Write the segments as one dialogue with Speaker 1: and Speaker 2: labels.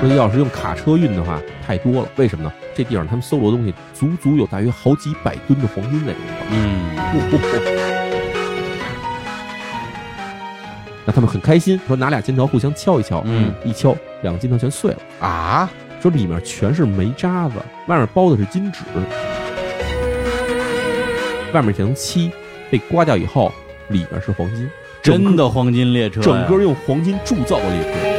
Speaker 1: 说要是用卡车运的话，太多了。为什么呢？这地方他们搜罗的东西足足有大约好几百吨的黄金在这地方。
Speaker 2: 嗯，
Speaker 1: 那他们很开心，说拿俩金条互相敲一敲，
Speaker 2: 嗯，
Speaker 1: 一敲两个金条全碎了。
Speaker 2: 啊，
Speaker 1: 说里面全是煤渣子，外面包的是金纸，外面一层漆被刮掉以后，里面是黄金，整
Speaker 2: 真
Speaker 1: 个
Speaker 2: 的黄金列车呀，
Speaker 1: 整个用黄金铸造的列车。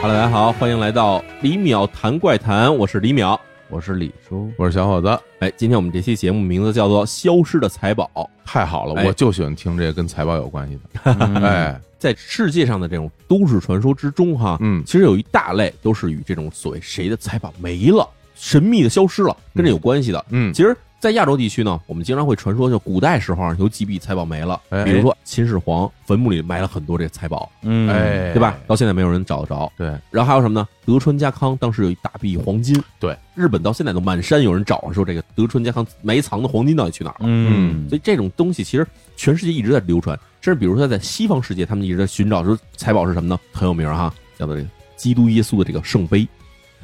Speaker 1: 哈喽，大家好，欢迎来到李淼谈怪谈，我是李淼。
Speaker 2: 我是李叔，
Speaker 3: 我是小伙子，
Speaker 1: 哎，今天我们这期节目名字叫做《消失的财宝》。
Speaker 3: 太好了，
Speaker 1: 哎
Speaker 3: 我就喜欢听这个跟财宝有关系的。
Speaker 2: 哎，
Speaker 3: 哎，
Speaker 1: 在世界上的这种都市传说之中，哈，
Speaker 3: 嗯
Speaker 1: 其实有一大类都是与这种所谓谁的财宝没了、神秘的消失了，跟这有关系的。
Speaker 3: 嗯，
Speaker 1: 其实，在亚洲地区呢，我们经常会传说，就古代时候啊有几笔财宝没了，
Speaker 3: 哎
Speaker 1: 比如说秦始皇坟墓里埋了很多这财宝，
Speaker 2: 嗯，
Speaker 3: 哎，
Speaker 1: 对吧？到现在没有人找得着。
Speaker 3: 对，
Speaker 1: 然后还有什么呢？德川家康当时有一大笔黄金，
Speaker 3: 对，
Speaker 1: 日本到现在都满山有人找啊说这个德川家康埋藏的黄金到底去哪儿了。
Speaker 2: 嗯，
Speaker 1: 所以这种东西其实全世界一直在流传，甚至比如说在西方世界，他们一直在寻找说财宝是什么呢？很有名儿哈，叫做这个基督耶稣的这个圣杯，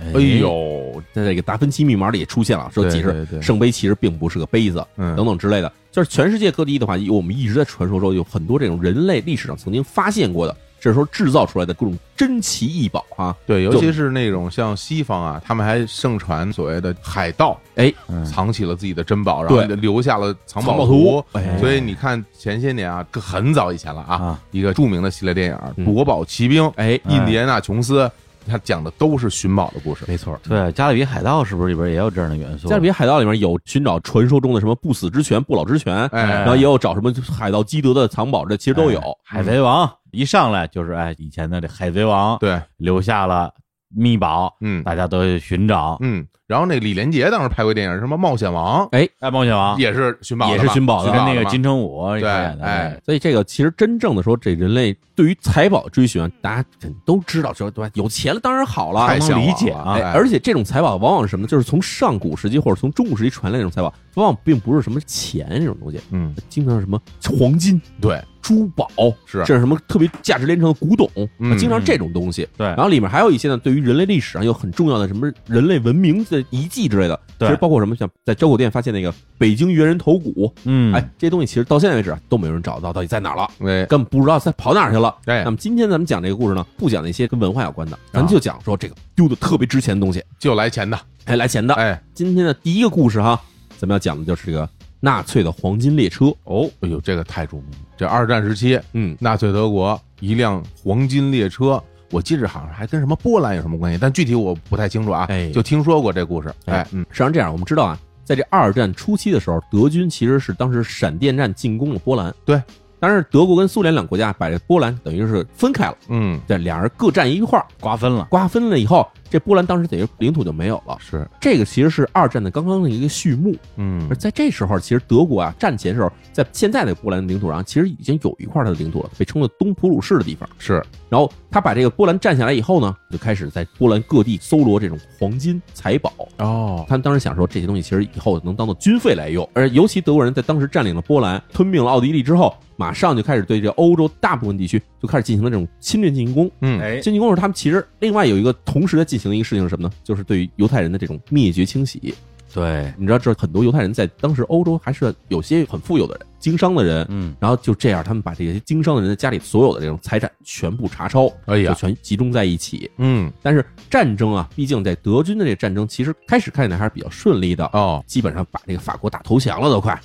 Speaker 1: 嗯
Speaker 3: 哎呦，
Speaker 1: 在这个达芬奇密码里也出现了，说
Speaker 3: 对
Speaker 1: 解释
Speaker 3: 对对
Speaker 1: 圣杯其实并不是个杯子，
Speaker 3: 嗯
Speaker 1: 等等之类的，就是全世界各地的话，有我们一直在传说说有很多这种人类历史上曾经发现过的，这是说制造出来的各种珍奇异宝啊，
Speaker 3: 对，尤
Speaker 1: 就
Speaker 3: 其是那种像西方啊，他们还盛传所谓的海盗
Speaker 1: 哎，
Speaker 2: 嗯
Speaker 3: 藏起了自己的珍宝，然后
Speaker 1: 对
Speaker 3: 留下了藏
Speaker 1: 藏宝
Speaker 3: 宝
Speaker 1: 图
Speaker 3: 图。
Speaker 1: 哎
Speaker 3: 所以你看，前些年啊，很早以前了啊，
Speaker 2: 啊，
Speaker 3: 一个著名的系列电影
Speaker 1: 嗯
Speaker 3: 《夺宝奇兵》，
Speaker 1: 哎，
Speaker 3: 印第安纳琼斯，他讲的都是寻宝的故事。
Speaker 1: 没错。
Speaker 2: 对，《加勒比海盗》是不是里边也有这样的元素？
Speaker 1: 加勒比海盗里面有寻找传说中的什么不死之泉、不老之泉，
Speaker 3: 哎哎
Speaker 1: 然后也有找什么海盗基德的藏宝，这其实都有。哎
Speaker 2: 海贼王一上来就是哎，以前的这海贼王
Speaker 3: 对，
Speaker 2: 留下了秘宝，
Speaker 3: 嗯
Speaker 2: 大家都去寻找。
Speaker 3: 嗯，然后那李连杰当时拍过一电影，什么《冒险王》，
Speaker 2: 哎，冒险王
Speaker 3: 也是寻宝的
Speaker 2: 也
Speaker 3: 嘛，
Speaker 2: 是寻宝的，
Speaker 3: 寻
Speaker 2: 跟
Speaker 3: 宝
Speaker 2: 那个
Speaker 3: 嘛
Speaker 2: 金城武一块
Speaker 3: 对
Speaker 2: 演的。
Speaker 3: 哎，
Speaker 1: 所以这个其实真正的说，这人类对于财宝追寻，大家肯都知道，说对吧？有钱了当然好了，
Speaker 3: 太
Speaker 2: 能
Speaker 3: 向
Speaker 2: 理
Speaker 3: 往
Speaker 2: 解
Speaker 3: 了
Speaker 2: 啊
Speaker 1: 哎，而且这种财宝往往是什么呢？就是从上古时期或者从中古时期传来的那种财宝，往往并不是什么钱这种东西，呃
Speaker 3: 嗯，
Speaker 1: 经常是什么黄金、
Speaker 3: 对，
Speaker 1: 珠宝，
Speaker 3: 是
Speaker 1: 这是什么特别价值连城的古董，呃
Speaker 3: 嗯哎
Speaker 1: 经常这种东西。
Speaker 2: 对
Speaker 1: 然后里面还有一些呢，对于人类历史上有很重要的什么人类文明的遗迹之类的，其
Speaker 2: 对
Speaker 1: 实包括什么像在周口店发现那个北京猿人头骨，
Speaker 2: 嗯，
Speaker 1: 哎，这些东西其实到现在为止啊都没有人找到到底在哪儿了。
Speaker 3: 哎，
Speaker 1: 根本不知道在跑哪儿去了。
Speaker 3: 哎啊
Speaker 1: 那么今天咱们讲这个故事呢，不讲那些跟文化有关的，咱就讲说这个丢的特别值钱的东西，
Speaker 3: 就来钱的，
Speaker 1: 哎，来钱的。
Speaker 3: 哎，
Speaker 1: 今天的第一个故事哈，咱们要讲的就是这个纳粹的黄金列车。
Speaker 3: 哦，哎呦，这个太著名了。这二战时期，
Speaker 1: 嗯，
Speaker 3: 纳粹德国一辆黄金列车，我记着好像还跟什么波兰有什么关系，但具体我不太清楚啊。
Speaker 1: 哎
Speaker 3: 就听说过这故事。哎，嗯，
Speaker 1: 实际上这样，我们知道啊，在这二战初期的时候，德军其实是当时闪电战进攻了波兰。
Speaker 3: 对。
Speaker 1: 但是德国跟苏联两个国家把这波兰等于是分开了，
Speaker 3: 嗯，
Speaker 1: 对，俩人各占一块儿，
Speaker 2: 瓜分了。
Speaker 1: 瓜分了以后，这波兰当时等于领土就没有了。
Speaker 3: 是，
Speaker 1: 这个其实是二战的刚刚的一个序幕。
Speaker 3: 嗯
Speaker 1: 而，在这时候，其实德国啊，战前时候，在现在的波兰领土上，其实已经有一块它的领土了，被称为东普鲁士的地方。
Speaker 3: 是，
Speaker 1: 然后他把这个波兰占下来以后呢，就开始在波兰各地搜罗这种黄金财宝。
Speaker 3: 哦，
Speaker 1: 他们当时想说，这些东西其实以后能当做军费来用。而尤其德国人在当时占领了波兰、吞并了奥地利之后，马上就开始对这欧洲大部分地区就开始进行了这种侵略进攻。
Speaker 3: 嗯，
Speaker 2: 哎，
Speaker 1: 侵略进攻时，他们其实另外有一个同时在进行的一个事情是什么呢？就是对于犹太人的这种灭绝清洗。
Speaker 2: 对，
Speaker 1: 你知道，这很多犹太人在当时欧洲还是有些很富有的人，经商的人，
Speaker 2: 嗯，
Speaker 1: 然后就这样，他们把这些经商的人的家里所有的这种财产全部查抄，
Speaker 3: 哎呀
Speaker 1: 就全集中在一起。
Speaker 3: 嗯，
Speaker 1: 但是战争啊，毕竟在德军的这个战争，其实开始看起来还是比较顺利的，呃
Speaker 3: 哦，
Speaker 1: 基本上把这个法国打投降了都快。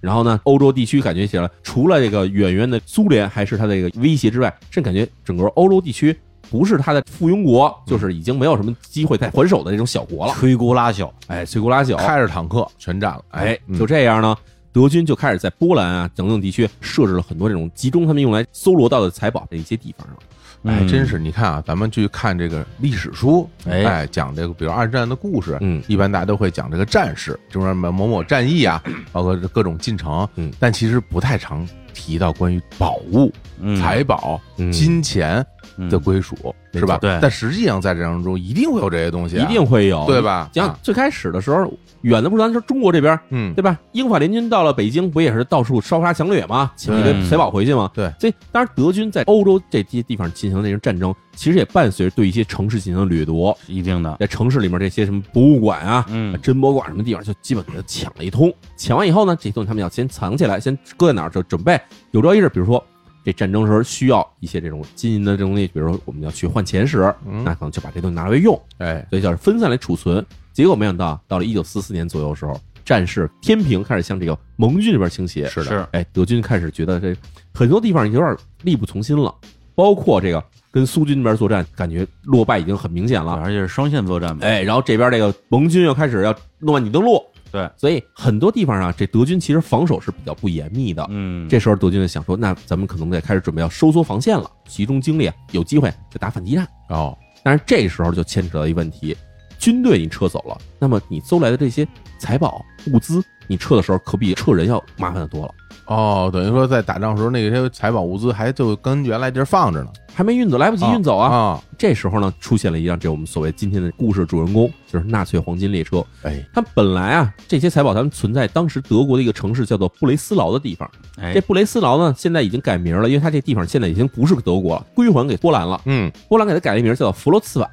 Speaker 1: 然后呢，欧洲地区感觉起来，除了这个远远的苏联还是它的这个威胁之外，甚至感觉整个欧洲地区不是它的附庸国，就是已经没有什么机会再还手的这种小国
Speaker 3: 嗯
Speaker 1: 了。
Speaker 2: 摧枯拉朽。
Speaker 1: 哎，摧枯拉朽，
Speaker 3: 开着坦克全占了。
Speaker 1: 哎，
Speaker 3: 嗯
Speaker 1: 就这样呢，德军就开始在波兰啊等等地区设置了很多这种集中他们用来搜罗到的财宝的一些地方上。
Speaker 3: 哎，
Speaker 2: 嗯
Speaker 3: 真是你看啊，咱们去看这个历史书，
Speaker 2: 哎
Speaker 3: 哎，讲这个比如二战的故事，
Speaker 1: 嗯
Speaker 3: 一般大家都会讲这个战士，就是某某某战役啊，包括各种进程，
Speaker 1: 嗯
Speaker 3: 但其实不太常提到关于宝物、
Speaker 2: 嗯
Speaker 3: 财宝、
Speaker 1: 嗯
Speaker 3: 金钱的
Speaker 2: 嗯
Speaker 3: 归属，
Speaker 1: 没
Speaker 3: 是吧？
Speaker 2: 错对
Speaker 3: 但实际上在这当中一定会有这些东西、啊
Speaker 1: 一定。会有，
Speaker 3: 对？吧？
Speaker 1: 像
Speaker 3: 啊
Speaker 1: 最开始的时候，远的不说，咱说中国这边，
Speaker 3: 嗯，
Speaker 1: 对吧？英法联军到了北京，不也是到处烧杀抢掠吗？抢一堆
Speaker 2: 对
Speaker 1: 财宝回去吗？
Speaker 3: 对
Speaker 1: 这当然，德军在欧洲这些地方进行这种战争，其实也伴随着对一些城市进行掠夺，
Speaker 2: 一定的，
Speaker 1: 在城市里面这些什么博物馆啊、
Speaker 2: 嗯
Speaker 1: 珍博馆什么地方，就基本给他抢了一通。抢完以后呢，这些东西他们要先藏起来，先搁在哪儿，就准备有朝一日，比如说这战争时候需要一些这种金银的这种东西，比如说我们要去换钱时，
Speaker 3: 嗯
Speaker 1: 那可能就把这东西拿来用，
Speaker 3: 哎，
Speaker 1: 所以叫分散来储存。结果没想到，到了一九四四年左右的时候，战事天平开始向这个盟军这边倾斜，
Speaker 3: 是的，
Speaker 2: 是
Speaker 1: 哎，德军开始觉得这很多地方有点力不从心了，包括这个跟苏军那边作战，感觉落败已经很明显了。
Speaker 2: 而且是双线作战嘛，
Speaker 1: 哎，然后这边这个盟军又开始要弄完你登陆，
Speaker 2: 对，
Speaker 1: 所以很多地方啊，这德军其实防守是比较不严密的。
Speaker 2: 嗯，
Speaker 1: 这时候德军就想说，那咱们可能得开始准备要收缩防线了，集中精力啊，有机会再打反击战。
Speaker 3: 哦，
Speaker 1: 但是这时候就牵扯到一问题，军队你撤走了，那么你搜来的这些财宝物资，你撤的时候可比撤人要麻烦的多了，
Speaker 3: 哦，等于说在打仗时候那些财宝物资还就跟原来地儿放着呢
Speaker 1: 还没运走，来不及运走啊。
Speaker 3: 啊，
Speaker 1: 这时候呢，出现了一辆这我们所谓今天的故事主人公，就是纳粹黄金列车。
Speaker 3: 哎，
Speaker 1: 它本来啊，这些财宝咱们存在当时德国的一个城市叫做布雷斯劳的地方。
Speaker 2: 哎
Speaker 1: 这布雷斯劳呢，现在已经改名了，因为它这地方现在已经不是德国了，归还给波兰了。
Speaker 3: 嗯，
Speaker 1: 波兰给它改了一名叫做弗罗茨瓦。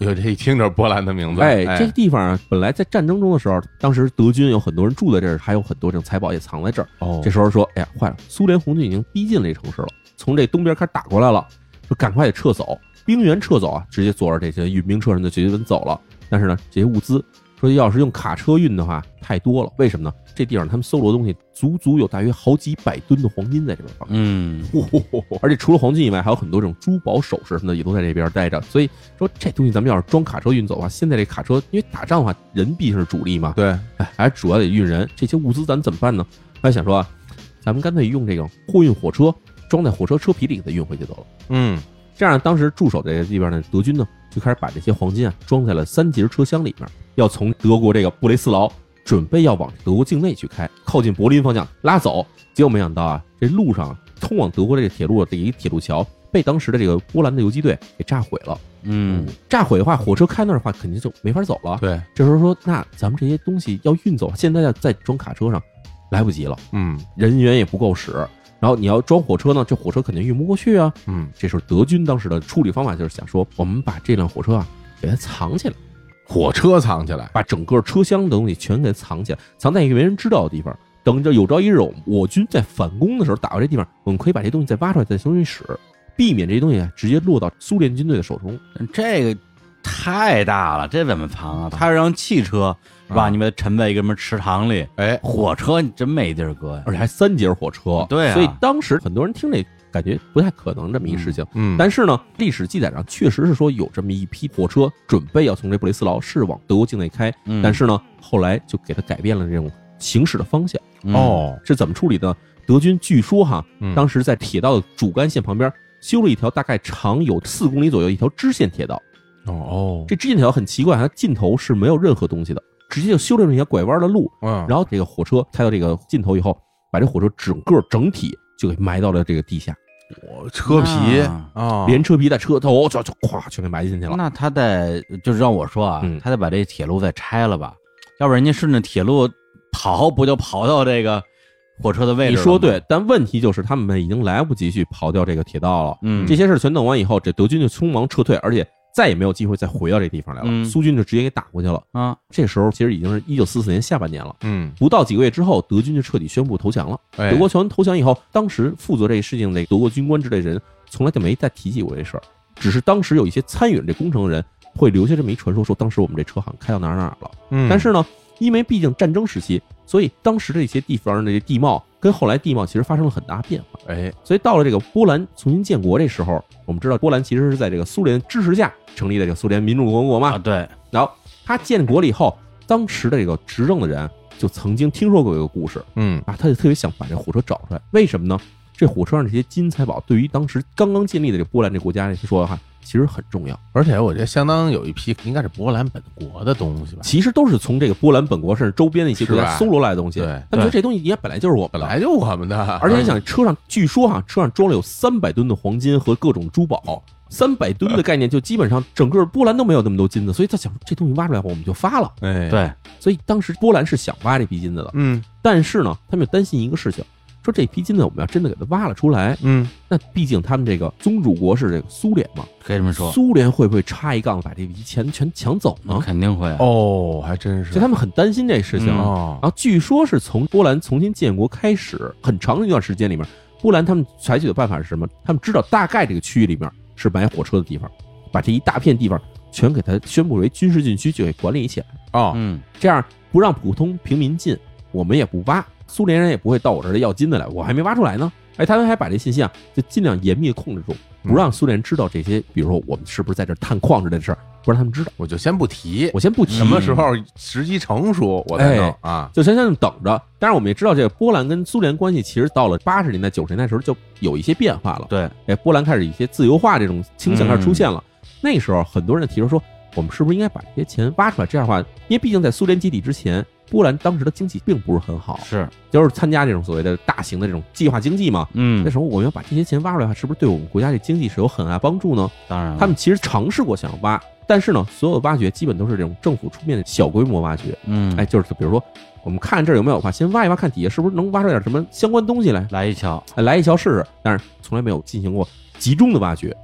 Speaker 3: 哟，这一听着波兰的名字，哎，
Speaker 1: 这个地方啊，本来在战争中的时候，当时德军有很多人住在这儿，还有很多这种财宝也藏在这儿。
Speaker 3: 哦
Speaker 1: 这时候说，哎呀，坏了，苏联红军已经逼近了这城市了，从这东边开始打过来了，说赶快得撤走，兵员撤走啊，直接坐着这些运兵车上就直接走了。但是呢，这些物资说要是用卡车运的话太多了，为什么呢？这地方他们搜罗的东西足足有大约好几百吨的黄金在这边放着。
Speaker 2: 嗯
Speaker 1: 而且除了黄金以外，还有很多这种珠宝首饰什么的也都在这边待着。所以说这东西咱们要是装卡车运走的话，现在这卡车因为打仗的话，人毕竟是主力嘛，
Speaker 3: 对，
Speaker 1: 哎，还主要得运人，这些物资咱怎么办呢？他想说啊，咱们干脆用这种货运火车装在火车车皮里给它运回去得了。
Speaker 3: 嗯，
Speaker 1: 这样，当时驻守在这地方的德军呢，就开始把这些黄金啊装在了三节车厢里面，要从德国这个布雷斯劳准备要往德国境内去开，靠近柏林方向拉走。结果没想到啊，这路上通往德国这个铁路的这一铁路桥被当时的这个波兰的游击队给炸毁了。
Speaker 2: 嗯，
Speaker 1: 炸毁的话，火车开那儿的话，肯定就没法走了。
Speaker 3: 对，
Speaker 1: 这时候说，那咱们这些东西要运走，现在要再装卡车上，来不及了，
Speaker 3: 嗯
Speaker 1: 人员也不够使。然后你要装火车呢，这火车肯定运不过去啊。
Speaker 3: 嗯，
Speaker 1: 这时候德军当时的处理方法就是想说，我们把这辆火车啊给它藏起来，
Speaker 3: 火车藏起来，
Speaker 1: 把整个车厢的东西全给它藏起来，藏在一个没人知道的地方。等着有朝一日我我军在反攻的时候打到这地方，我们可以把这东西再挖出来，再重新使，避免这些东西啊直接落到苏联军队的手中。
Speaker 2: 这个太大了，这怎么藏啊？他让汽
Speaker 1: 啊
Speaker 2: 车是吧？
Speaker 3: 嗯
Speaker 2: 你把它沉在一个什么池塘里，
Speaker 3: 哎，
Speaker 2: 火车你真没地儿搁呀。
Speaker 1: 而且还三节火车。
Speaker 2: 对啊
Speaker 1: 所以当时很多人听这感觉不太可能这么一事情。
Speaker 3: 嗯，
Speaker 1: 但是呢，历史记载上确实是说有这么一批火车准备要从这布雷斯劳是往德国境内开，
Speaker 2: 嗯
Speaker 1: 但是呢，后来就给它改变了这种行驶的方向。
Speaker 2: 嗯
Speaker 3: 哦，
Speaker 1: 是怎么处理的呢？德军据说哈，
Speaker 3: 嗯
Speaker 1: 当时在铁道的主干线旁边修了一条大概长有四公里左右一条支线铁道。
Speaker 3: 哦，
Speaker 1: 这支线铁道很奇怪，它尽头是没有任何东西的，直接就修了一条拐弯的路，
Speaker 3: 嗯，
Speaker 1: 然后这个火车开到这个尽头以后，把这火车整个整体就给埋到了这个地下，
Speaker 3: 我车皮
Speaker 2: 啊
Speaker 3: 啊，
Speaker 1: 连车皮带车头就就咵全给埋进去了。
Speaker 2: 那他得就是让我说啊
Speaker 1: 嗯，
Speaker 2: 他得把这铁路再拆了吧，要不然人家顺着铁路跑，不就跑到这个火车的位
Speaker 1: 你
Speaker 2: 置？
Speaker 1: 说，对，但问题就是他们已经来不及去刨掉这个铁道了。
Speaker 2: 嗯，
Speaker 1: 这些事儿全弄完以后，这德军就匆忙撤退，而且再也没有机会再回到这地方来了。
Speaker 2: 嗯
Speaker 1: 苏军就直接给打过去了。
Speaker 2: 啊，
Speaker 1: 这时候其实已经是一九四四年下半年了，
Speaker 3: 嗯，
Speaker 1: 不到几个月之后，德军就彻底宣布投降了。
Speaker 3: 哎
Speaker 1: 德国全投降以后，当时负责这个事情的德国军官之类的人，从来就没再提起过这事儿，只是当时有一些参与了这工程的人会留下这么一传说，说当时我们这车好像开到哪儿哪儿哪儿了。
Speaker 3: 嗯，
Speaker 1: 但是呢，因为毕竟战争时期，所以当时这些地方的这地貌跟后来地貌其实发生了很大变化。
Speaker 3: 哎，
Speaker 1: 所以到了这个波兰重新建国这时候，我们知道波兰其实是在这个苏联支持下成立的这个苏联民主共和国嘛
Speaker 2: 啊，。对，
Speaker 1: 然后他建国了以后，当时的这个执政的人就曾经听说过一个故事，
Speaker 3: 嗯，
Speaker 1: 啊，他就特别想把这火车找出来。为什么呢？这火车上这些金财宝，对于当时刚刚建立的这波兰这国家来说哈，其实很重要。
Speaker 3: 而且我觉得相当有一批应该是波兰本国的东西吧，
Speaker 1: 其实都是从这个波兰本国甚至周边的一些国
Speaker 3: 是
Speaker 1: 家
Speaker 3: 吧
Speaker 1: 搜罗来的东西。
Speaker 3: 对
Speaker 1: 那觉得这东西应该本来就是我们
Speaker 3: 本
Speaker 1: 的。
Speaker 3: 来就我们的，嗯
Speaker 1: 而且你想，车上据说哈、车上装了有三百吨的黄金和各种珠宝，三百吨的概念就基本上整个波兰都没有那么多金子，所以他想这东西挖出来后我们就发了。
Speaker 3: 哎，，
Speaker 2: 对，
Speaker 1: 所以当时波兰是想挖这批金子的，
Speaker 3: 嗯
Speaker 1: 但是呢，他们又担心一个事情，说这批金子我们要真的给它挖了出来，
Speaker 3: 嗯，
Speaker 1: 那毕竟他们这个宗主国是这个苏联嘛，
Speaker 2: 可以这么说，
Speaker 1: 苏联会不会插一杠把这笔钱全抢走
Speaker 2: 那
Speaker 1: 呢？
Speaker 2: 肯定会啊。
Speaker 3: 哦，还真是
Speaker 1: 所以，他们很担心这事情。
Speaker 2: 嗯
Speaker 1: 啊。
Speaker 3: 哦
Speaker 1: 然，后据说是从波兰重新建国开始，很长的一段时间里面，波兰他们采取的办法是什么？他们知道大概这个区域里面是买火车的地方，把这一大片地方全给它宣布为军事禁区，就给管理起来，
Speaker 3: 哦，
Speaker 2: 嗯，
Speaker 1: 这样不让普通平民进，我们也不挖，苏联人也不会到我这儿来要金的来，我还没挖出来呢。哎，他们还把这信息啊，就尽量严密地控制住，
Speaker 3: 嗯
Speaker 1: 不让苏联知道这些，比如说我们是不是在这儿探矿之类的事儿，不让他们知道。
Speaker 3: 我就先不提，
Speaker 1: 我先不提
Speaker 3: 什么时候时机成熟
Speaker 1: 嗯
Speaker 3: 我再
Speaker 1: 哎
Speaker 3: 弄啊，
Speaker 1: 就先先等着。当然，我们也知道，这个波兰跟苏联关系其实到了八十年代、九十年代时候就有一些变化了。
Speaker 2: 对，
Speaker 1: 哎，波兰开始一些自由化这种倾向开始出现了。那时候，很多人提出说，我们是不是应该把这些钱挖出来？这样的话，因为毕竟在苏联解体之前，波兰当时的经济并不是很好，
Speaker 2: 是，
Speaker 1: 就是参加这种所谓的大型的这种计划经济嘛。
Speaker 2: 嗯
Speaker 1: 那，时候我们要把这些钱挖出来的话，是不是对我们国家这经济是有很大帮助呢？
Speaker 2: 当然了，
Speaker 1: 他们其实尝试过想要挖，但是呢，所有的挖掘基本都是这种政府出面的小规模挖掘。
Speaker 2: 嗯，
Speaker 1: 哎，，就是比如说，我们看这儿有没有吧，先挖一挖，看底下是不是能挖出点什么相关东西来，
Speaker 2: 来一瞧，
Speaker 1: 哎来一桥试试。但是从来没有进行过集中的挖掘。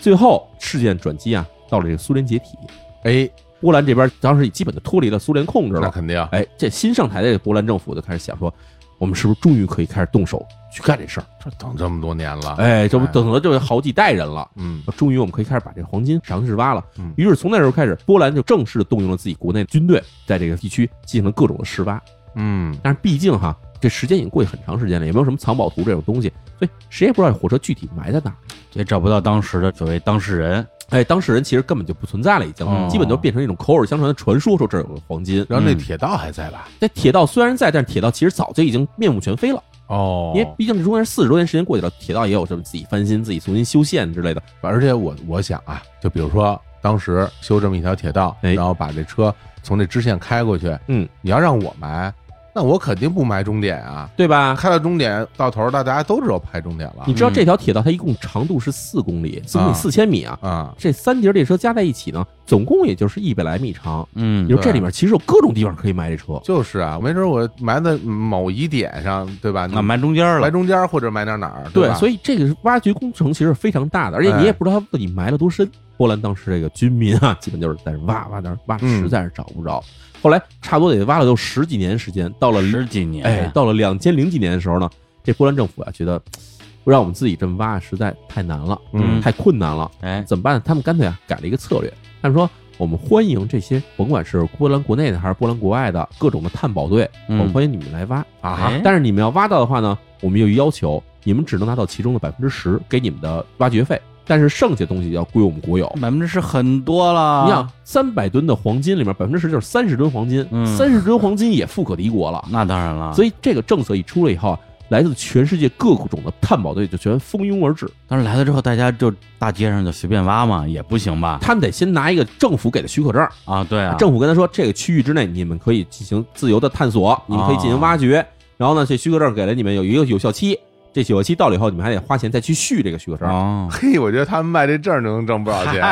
Speaker 1: 最后事件转机啊，到了这个苏联解体，
Speaker 3: 哎，
Speaker 1: 波兰这边当时已基本的脱离了苏联控制
Speaker 3: 那
Speaker 1: 了。
Speaker 3: 肯定，
Speaker 1: 哎，这新上台的波兰政府就开始想说，我们是不是终于可以开始动手去干这事儿？
Speaker 3: 这等这么多年了，，
Speaker 1: 哎，这不等了这好几代人了。
Speaker 3: 嗯，
Speaker 1: 终于我们可以开始把这个黄金尝试挖了
Speaker 3: 嗯。
Speaker 1: 于是从那时候开始，波兰就正式地动用了自己国内军队，在这个地区进行了各种的试挖。
Speaker 3: 嗯，
Speaker 1: 但是毕竟哈，这时间已经过去很长时间了，也没有什么藏宝图这种东西，所以谁也不知道火车具体埋在哪儿。
Speaker 2: 也找不到当时的所谓当事人，
Speaker 1: 哎，当事人其实根本就不存在了，已经、
Speaker 2: 哦
Speaker 1: 基本就变成一种口耳相传的传说，说这儿有个黄金。
Speaker 3: 然后那
Speaker 2: 嗯
Speaker 3: 铁道还在吧？
Speaker 1: 这铁道虽然在，但是铁道其实早就已经面目全非了，
Speaker 3: 哦
Speaker 1: 因为毕竟这中间四十多年时间过去了，铁道也有什么自己翻新、自己重新修线之类的。
Speaker 3: 而且我我想啊，就比如说当时修这么一条铁道，
Speaker 1: 哎
Speaker 3: 然后把这车从这支线开过去，
Speaker 1: 嗯，
Speaker 3: 你要让我埋，那我肯定不埋终点啊。
Speaker 1: 对吧？
Speaker 3: 开到终点到头，大家都知道排终点了
Speaker 1: 你知道
Speaker 2: 嗯
Speaker 1: 这条铁道它一共长度是四公里，四公里
Speaker 3: 啊
Speaker 1: 四千米啊。
Speaker 3: 啊。
Speaker 1: 这三节列车加在一起呢，总共也就是一百来米长。
Speaker 2: 嗯
Speaker 1: 你，说这
Speaker 3: 对
Speaker 1: 里面其实有各种地方可以埋这车，
Speaker 3: 就是啊，没准我埋在某一点上，对吧？
Speaker 1: 啊
Speaker 2: 那埋中间
Speaker 3: 埋
Speaker 2: 了，
Speaker 3: 中间或者埋哪儿哪儿，
Speaker 1: 对
Speaker 3: 吧？，
Speaker 1: 所
Speaker 3: 以
Speaker 1: 以这个是挖掘工程其实是非常大的，而且你也不知道它到底埋了多深。波兰当时这个军民啊，基本就是在那挖挖那儿挖，
Speaker 3: 嗯
Speaker 1: 实在是找不着。后来差不多得挖了有十几年时间，到了
Speaker 2: 十几年，啊
Speaker 1: 哎，到了两千零几年的时候呢，这波兰政府啊觉得嘖让我们自己这么挖实在太难了，
Speaker 3: 嗯
Speaker 1: 太困难了，
Speaker 2: 哎，
Speaker 1: 怎么办？他们干脆啊改了一个策略，他们说。我们欢迎这些，甭管是波兰国内的还是波兰国外的各种的探宝队，我
Speaker 2: 嗯
Speaker 1: 们欢迎你们来挖。
Speaker 3: 啊，
Speaker 2: 哎
Speaker 1: 但是你们要挖到的话呢，我们有一要求，你们只能拿到其中的百分之十给你们的挖掘费，但是剩下东西要归我们国有。
Speaker 2: 百分之十很多了，
Speaker 1: 你想，三百吨的黄金里面，百分之十就是三十吨黄金，
Speaker 2: 嗯啊
Speaker 1: 三十吨黄金也富可敌国了。
Speaker 2: 那当然了，
Speaker 1: 所
Speaker 2: 以
Speaker 1: 以这个政策一出了以后啊，来自全世界各种的探宝队就全蜂拥而至。
Speaker 2: 当时来了之后，大家就大街上就随便挖嘛，也不行吧？
Speaker 1: 他们得先拿一个政府给的许可证，
Speaker 2: 啊，对啊，
Speaker 1: 政府跟他说这个区域之内你们可以进行自由的探索，你们可以进行挖掘。然后呢，这许可证给了你们有一个有效期，这有效期到了以后，你们还得花钱再去续这个许可证。
Speaker 2: 哦，
Speaker 3: 嘿，我觉得他们卖这证儿就能挣不少 钱。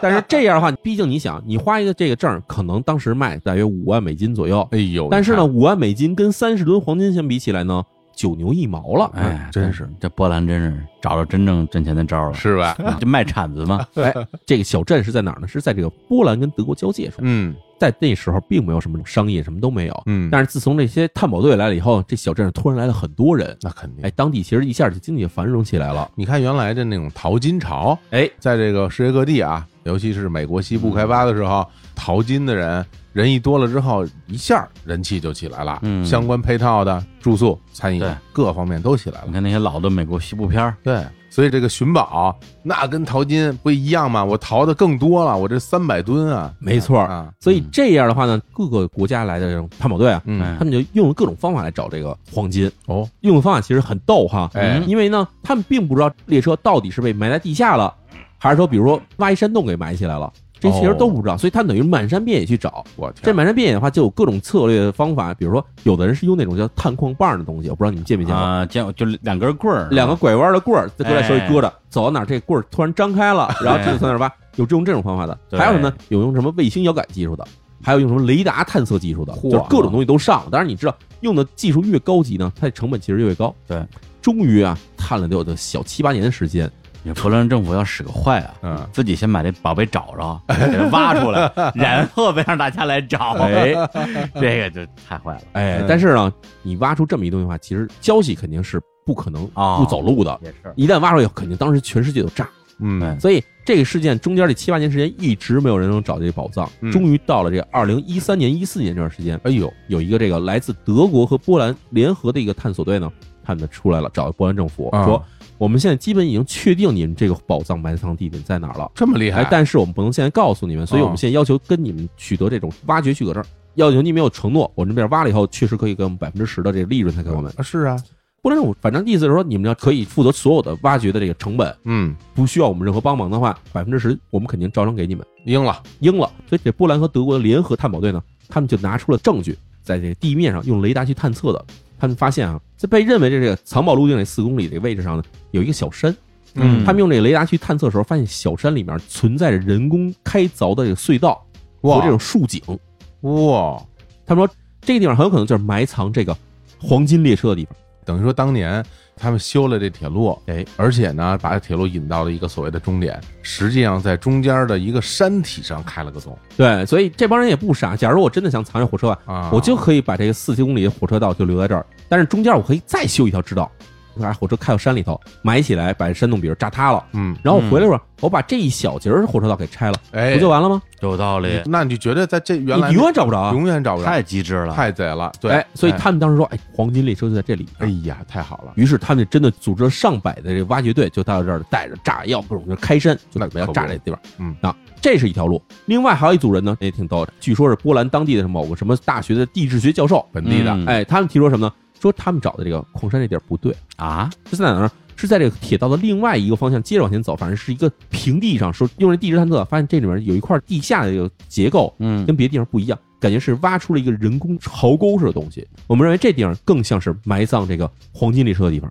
Speaker 1: 但是这样的话，毕竟你想，你花一个这个证儿，可能当时卖大约五万美金左右，
Speaker 3: 哎呦，
Speaker 1: 但是呢，五万美金跟三十吨黄金相比起来呢，九牛一毛了。啊
Speaker 2: 哎，
Speaker 3: 真是
Speaker 2: 这波兰真是找着真正挣钱的招儿
Speaker 3: 你看，
Speaker 2: 了，
Speaker 3: 是吧？
Speaker 2: 就卖铲子 嘛，
Speaker 1: 哎，这个小镇是在哪儿呢？是在这个波兰跟德国交界处，
Speaker 3: 嗯
Speaker 1: 在那时候并没有什么商业，什么都没有。
Speaker 3: 嗯，
Speaker 1: 但是自从这些探宝队来了以后，这小镇上突然来了很多人，
Speaker 3: 那肯定
Speaker 1: 哎，。当地其实一下就经济繁荣起来了。
Speaker 3: 你看原来的那种淘金潮，
Speaker 1: 哎，
Speaker 3: 在这个世界各地啊，尤其是美国西部开发的时候，淘金的人人一多了之后，一下人气就起来了，
Speaker 2: 嗯
Speaker 3: 相关配套的住宿、餐饮
Speaker 2: 对
Speaker 3: 各方面都起来
Speaker 2: 你
Speaker 3: 了。
Speaker 2: 看那些老的美国西部片儿，
Speaker 3: 对，所以这个寻宝那跟淘金不一样嘛，我淘的更多了，我这三百吨啊，
Speaker 1: 没错儿
Speaker 3: 啊，
Speaker 1: 所以这样的话呢，各个国家来的这种探宝队啊，
Speaker 3: 嗯
Speaker 2: 哎
Speaker 1: 他们就用了各种方法来找这个黄金。
Speaker 3: 哦，
Speaker 1: 用的方法其实很逗哈，
Speaker 3: 哎
Speaker 2: 嗯
Speaker 1: 因为呢，他们并不知道列车到底是被埋在地下了，还是说比如说挖一山洞给埋起来了？这其实都
Speaker 3: 哦
Speaker 1: 不知道，所以他等于满山遍野去找。
Speaker 3: 我
Speaker 1: 这
Speaker 3: 天，
Speaker 1: 满山遍野的话，就有各种策略方法，比如说有的人是用那种叫探矿棒的东西，我不知道你们见没见过。
Speaker 2: 啊，见过就两根棍儿，
Speaker 1: 两个拐弯的棍儿搁在手里
Speaker 2: 哎
Speaker 1: 搁着，走到哪儿这棍儿突然张开了，然后这就从哪儿挖。有这种这种方法的，
Speaker 2: 对
Speaker 1: 还有什么呢？有用什么卫星遥感技术的，还有用什么雷达探测技术的，
Speaker 3: 嚯
Speaker 1: 就是各种东西都上。当然你知道，用的技术越高级呢，它的成本其实越高。
Speaker 2: 对，
Speaker 1: 终于啊，探了得有的小七八年的时间，
Speaker 2: 也不能让政府要使个坏啊，
Speaker 3: 嗯，
Speaker 2: 自己先把这宝贝找着，给它挖出 来，然后再让大家来找，哎， 这个就太坏了，
Speaker 1: 哎
Speaker 3: 嗯，
Speaker 1: 但是呢，你挖出这么一东西的话，其实消息肯定是不可能
Speaker 2: 哦
Speaker 1: 不走路的。
Speaker 2: 也是，
Speaker 1: 一旦挖出来，肯定当时全世界有炸。
Speaker 3: 嗯
Speaker 2: 对
Speaker 1: 所以这个事件中间这七八年时间，一直没有人能找这个宝藏
Speaker 3: 嗯。
Speaker 1: 终于到了这二零一三年、一四年这段时间，
Speaker 3: 哎呦，
Speaker 1: 有一个这个来自德国和波兰联合的一个探索队呢，他们出来了，找波兰政府
Speaker 3: 啊
Speaker 1: 说，我们现在基本已经确定你们这个宝藏埋藏地点在哪儿了，
Speaker 3: 这么厉害啊
Speaker 1: 哎，，但是我们不能现在告诉你们，所以我们现在要求跟你们取得这种挖掘许可证。要求你们有承诺，我们这边挖了以后，确实可以给我们百分之十的这个利润才给我们。
Speaker 3: 啊是啊，
Speaker 1: 波兰政府反正意思是说，你们要可以负责所有的挖掘的这个成本，
Speaker 3: 嗯，
Speaker 1: 不需要我们任何帮忙的话，百分之十我们肯定照常给你们。
Speaker 3: 赢了，
Speaker 1: 应了，所以这波兰和德国的联合探宝队呢，他们就拿出了证据，在这个地面上用雷达去探测的。他们发现啊，在被认为这个藏宝路径这四公里这个位置上呢，有一个小山。
Speaker 2: 嗯
Speaker 1: 他们用这个雷达去探测的时候，发现小山里面存在着人工开凿的这个隧道和
Speaker 3: 哇
Speaker 1: 这种竖井。
Speaker 3: 哇，
Speaker 1: 他们说，这个地方很有可能就是埋藏这个黄金列车的地方。
Speaker 3: 等于说当年他们修了这铁路，
Speaker 2: 哎，
Speaker 3: 而且呢，把铁路引到了一个所谓的终点，实际上在中间的一个山体上开了个洞
Speaker 1: 对，所以这帮人也不傻。假如我真的想藏这火车啊，
Speaker 3: 啊，
Speaker 1: 我就可以把这个四千公里的火车道就留在这儿，但是中间我可以再修一条支道，把火车开到山里头埋起来，把山洞比如炸塌了，
Speaker 3: 嗯，
Speaker 1: 然后回来的时候我把这一小节儿火车道给拆了，
Speaker 3: 哎，
Speaker 1: 不就完了吗？
Speaker 2: 有道理，
Speaker 3: 那你就觉得在这原来
Speaker 1: 你永远找不着啊！
Speaker 3: 永远找不着，
Speaker 2: 太机智了，
Speaker 3: 太贼了，对，
Speaker 1: 哎，所以
Speaker 3: 哎
Speaker 1: 他们当时说，哎，黄金列车就在这里。啊
Speaker 3: 哎呀，太好了，
Speaker 1: 于是他们就真的组织了上百的这个挖掘队，就到这儿带着炸药各种就开山，就
Speaker 3: 那
Speaker 1: 准备要
Speaker 3: 可不
Speaker 1: 炸这地方。
Speaker 3: 嗯
Speaker 1: 啊，这是一条路。另外还有一组人呢，也挺逗的，据说是波兰当地的某个什么大学的地质学教授，
Speaker 3: 本地的
Speaker 2: 嗯
Speaker 1: 哎，他们提出什么呢？说他们找的这个矿山这地儿不对。
Speaker 2: 啊，
Speaker 1: 是在哪儿呢？是在这个铁道的另外一个方向，接着往前走，反正是一个平地上，说用这地质探测发现这里面有一块地下的这个结构
Speaker 2: 嗯，
Speaker 1: 跟别的地方不一样，感觉是挖出了一个人工壕沟似的东西。我们认为这地方更像是埋葬这个黄金列车的地方。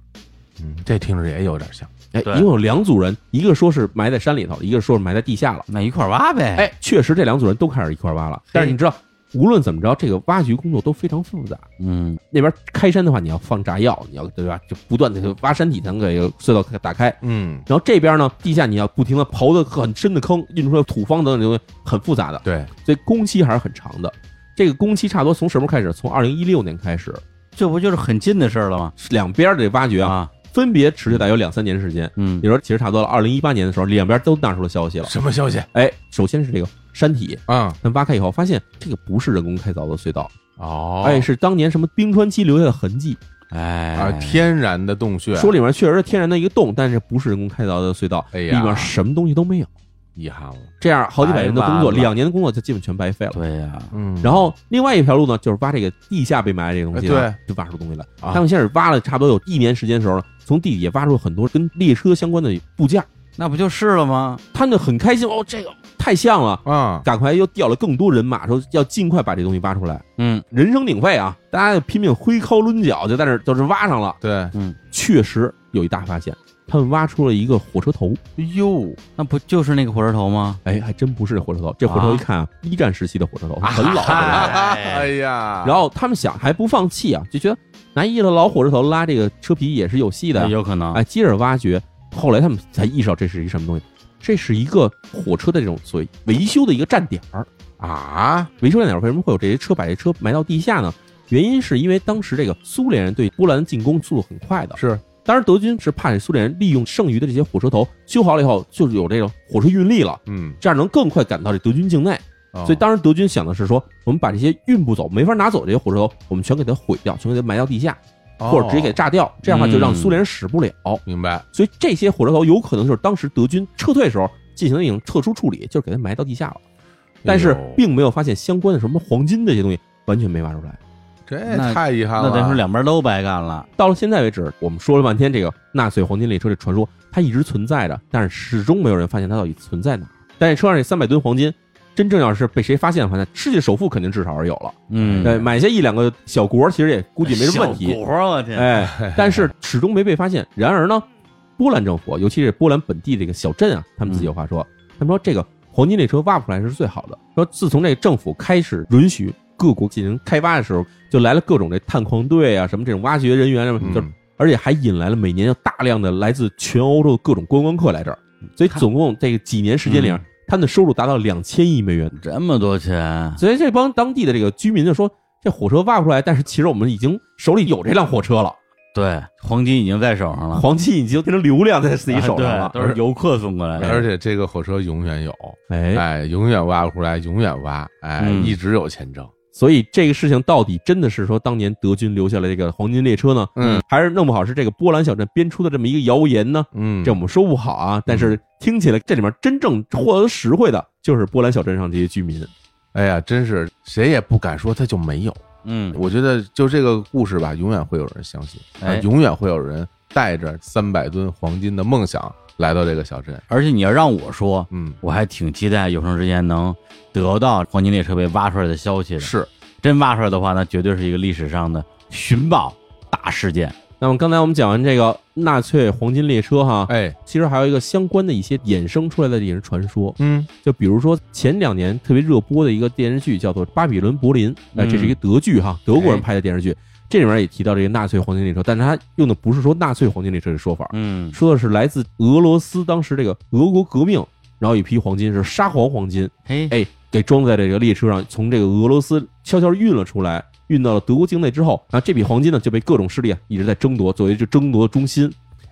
Speaker 3: 嗯，这听着也有点像，
Speaker 1: 哎，
Speaker 2: 对
Speaker 1: 一共有两组人，一个说是埋在山里头，一个说是埋在地下了。
Speaker 2: 那一块儿挖呗，
Speaker 1: 哎，确实这两组人都开始一块挖了，但是你知道，无论怎么着，这个挖掘工作都非常复杂。
Speaker 2: 嗯，
Speaker 1: 那边开山的话，你要放炸药，你要对吧？就不断的挖山体，才能给隧道打开。
Speaker 3: 嗯，
Speaker 1: 然后这边呢，地下你要不停的刨的很深的坑，运出来土方等等东西，很复杂的，
Speaker 3: 对，
Speaker 1: 所以工期还是很长的。这个工期差不多从什么时候开始？从二零一六年开始，
Speaker 2: 这不就是很近的事儿了吗？
Speaker 1: 两边的挖掘啊，
Speaker 2: 啊，
Speaker 1: 分别持续大约两三年的时间。
Speaker 2: 嗯
Speaker 1: 也，就是说，其实差不多了。二零一八年的时候，两边都拿出了消息了。
Speaker 3: 什么消息
Speaker 1: 哎，首先是这个山体，
Speaker 3: 啊？
Speaker 1: 但挖开以后发现这个不是人工开凿的隧道，
Speaker 3: 哦，
Speaker 1: 哎，是当年什么冰川期留下的痕迹。
Speaker 2: 哎，
Speaker 3: 啊，天然的洞穴，
Speaker 1: 说里面确实是天然的一个洞，但是不是人工开凿的隧道，
Speaker 3: 啊哎
Speaker 1: 里
Speaker 3: 呀
Speaker 1: 面什么东西都没有。
Speaker 3: 遗憾了，
Speaker 1: 这样好几百人的工作，
Speaker 2: 白挖了
Speaker 1: 两年的工作就基本全白费了。
Speaker 2: 对呀、
Speaker 3: 嗯
Speaker 1: 然后另外一条路呢，就是挖这个地下被埋的这个东西呢，
Speaker 3: 哎
Speaker 1: 就挖出东西来。
Speaker 3: 啊
Speaker 1: 他们先是挖了差不多有一年时间的时候呢，从地底下挖出很多跟列车相关的部件，
Speaker 2: 那不就是了吗？
Speaker 1: 他们就很开心哦，这个太像了，
Speaker 3: 啊，
Speaker 1: 赶快又调了更多人马，说要尽快把这东西挖出来，
Speaker 2: 嗯，
Speaker 1: 人声鼎沸啊，大家就拼命挥铐抡脚，就在那儿就是挖上了。
Speaker 3: 对，哎
Speaker 2: 嗯
Speaker 1: 确实有一大发现，他们挖出了一个火车头，
Speaker 3: 哟，
Speaker 2: 那不就是那个火车头吗？
Speaker 1: 哎，还真不是火车头，这火车头
Speaker 2: 啊
Speaker 1: 一看啊，一战时期的火车头，很老的火车 头。
Speaker 2: 哎
Speaker 3: 哎呀，
Speaker 1: 然后他们想还不放弃啊，就觉得拿一个老火车头拉这个车皮也是有戏的呀，
Speaker 2: 有可能。
Speaker 1: 哎，接着挖掘。后来他们才意识到这是一什么东西，这是一个火车的这种所谓维修的一个站点儿。
Speaker 3: 啊，
Speaker 1: 维修站点儿为什么会有这些车把这车埋到地下呢？原因是因为当时这个苏联人对波兰进攻速度很快的，
Speaker 3: 是
Speaker 1: 当然德军是怕这苏联人利用剩余的这些火车头修好了以后，就是有这个火车运力了，
Speaker 3: 嗯，
Speaker 1: 这样能更快赶到这德军境内。
Speaker 3: 哦
Speaker 1: 所以当时德军想的是说，我们把这些运不走、没法拿走这些火车头，我们全给它毁掉，全给它埋到地下，或者直接给
Speaker 3: 哦
Speaker 1: 炸掉。这样的话就让
Speaker 2: 嗯
Speaker 1: 苏联人使不了。
Speaker 3: 明白，
Speaker 1: 所以这些火车头有可能就是当时德军撤退时候进行的一种特殊处理，就是给它埋到地下了。但是
Speaker 3: 哎呦
Speaker 1: 并没有发现相关的什么黄金这些东西，完全没挖出来。
Speaker 3: 这
Speaker 2: 那
Speaker 3: 太遗憾了。啊
Speaker 2: 那等于说两边都白干了。
Speaker 1: 到了现在为止，我们说了半天这个纳粹黄金列车这传说，它一直存在着，但是始终没有人发现它到底存在哪儿。但是车上这三百吨黄金，真正要是被谁发现的话，那世界首富肯定至少是有了。
Speaker 2: 嗯，
Speaker 1: 呃，买下一两个小国，其实也估计没什么问题。
Speaker 2: 小国儿我天，
Speaker 1: 哎，但是始终没被发现。然而呢，波兰政府，尤其是波兰本地这个小镇啊，他们
Speaker 2: 嗯
Speaker 1: 自己有话说，他们说这个黄金列车挖不出来是最好的。说自从这政府开始允许各国进行开挖的时候，就来了各种这探矿队啊，什么这种挖掘人员什么，
Speaker 3: 嗯
Speaker 1: 就是而且还引来了每年有大量的来自全欧洲的各种观光客来这儿，所以总共这个几年时间
Speaker 2: 嗯
Speaker 1: 里啊，他们的收入达到两千亿美元。
Speaker 2: 这么多钱，
Speaker 1: 所以这帮当地的这个居民就说，这火车挖不出来，但是其实我们已经手里有这辆火车了。
Speaker 2: 对，黄金已经在手上了，
Speaker 1: 黄金已经变成流量在自己手上了。
Speaker 2: 嗯啊对都是游客送过来的。
Speaker 3: 而且这个火车永远有，
Speaker 1: 哎，
Speaker 3: 哎，永远挖不出来，永远挖，哎，
Speaker 2: 嗯
Speaker 3: 一直有钱挣。
Speaker 1: 所以这个事情到底真的是说当年德军留下了这个黄金列车呢，
Speaker 3: 嗯
Speaker 1: 还是弄不好是这个波兰小镇编出的这么一个谣言呢？
Speaker 3: 嗯，
Speaker 1: 这我们说不好啊。但
Speaker 2: 嗯
Speaker 1: 是听起来这里面真正获得实惠的就是波兰小镇上这些居民。
Speaker 3: 哎呀，真是谁也不敢说他就没有。
Speaker 2: 嗯，
Speaker 3: 我觉得就这个故事吧，永远会有人相信，啊
Speaker 2: 哎
Speaker 3: 永远会有人带着三百吨黄金的梦想来到这个小镇。
Speaker 2: 而且你要让我说，
Speaker 3: 嗯，
Speaker 2: 我还挺期待有生之年能得到黄金列车被挖出来的消息的。
Speaker 3: 是，
Speaker 2: 真挖出来的话，那绝对是一个历史上的寻宝大事件。
Speaker 1: 那么刚才我们讲完这个纳粹黄金列车哈，
Speaker 3: 哎，
Speaker 1: 其实还有一个相关的一些衍生出来的也是传说，
Speaker 3: 嗯
Speaker 1: 就比如说前两年特别热播的一个电视剧叫做《巴比伦柏林》，呃，
Speaker 2: 嗯
Speaker 1: 这是一个德剧哈，德国人拍的电视剧。这里面也提到这个纳粹黄金列车，但是他用的不是说纳粹黄金列车的说法，
Speaker 2: 嗯
Speaker 1: 说的是来自俄罗斯当时这个俄国革命，然后一批黄金是沙皇黄金，
Speaker 2: 嘿，
Speaker 1: 哎，给装在这个列车上，从这个俄罗斯悄悄运了出来，运到了德国境内之后，然后这笔黄金呢就被各种势力啊一直在争夺，作为这争夺的中心。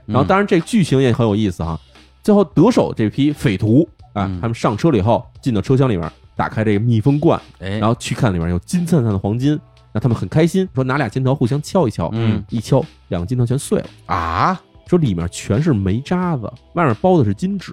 Speaker 1: 然后，
Speaker 2: 嗯
Speaker 1: 当然这剧情也很有意思哈。最后得手这批匪徒啊
Speaker 2: 嗯，
Speaker 1: 他们上车了以后，进到车厢里面，打开这个密封罐，
Speaker 2: 哎，
Speaker 1: 然后去看里面有金灿灿的黄金，那他们很开心，说拿俩金条互相敲一敲，
Speaker 2: 嗯，
Speaker 1: 一敲两个金条全碎了，
Speaker 3: 啊，
Speaker 1: 说里面全是煤渣子，外面包的是金纸，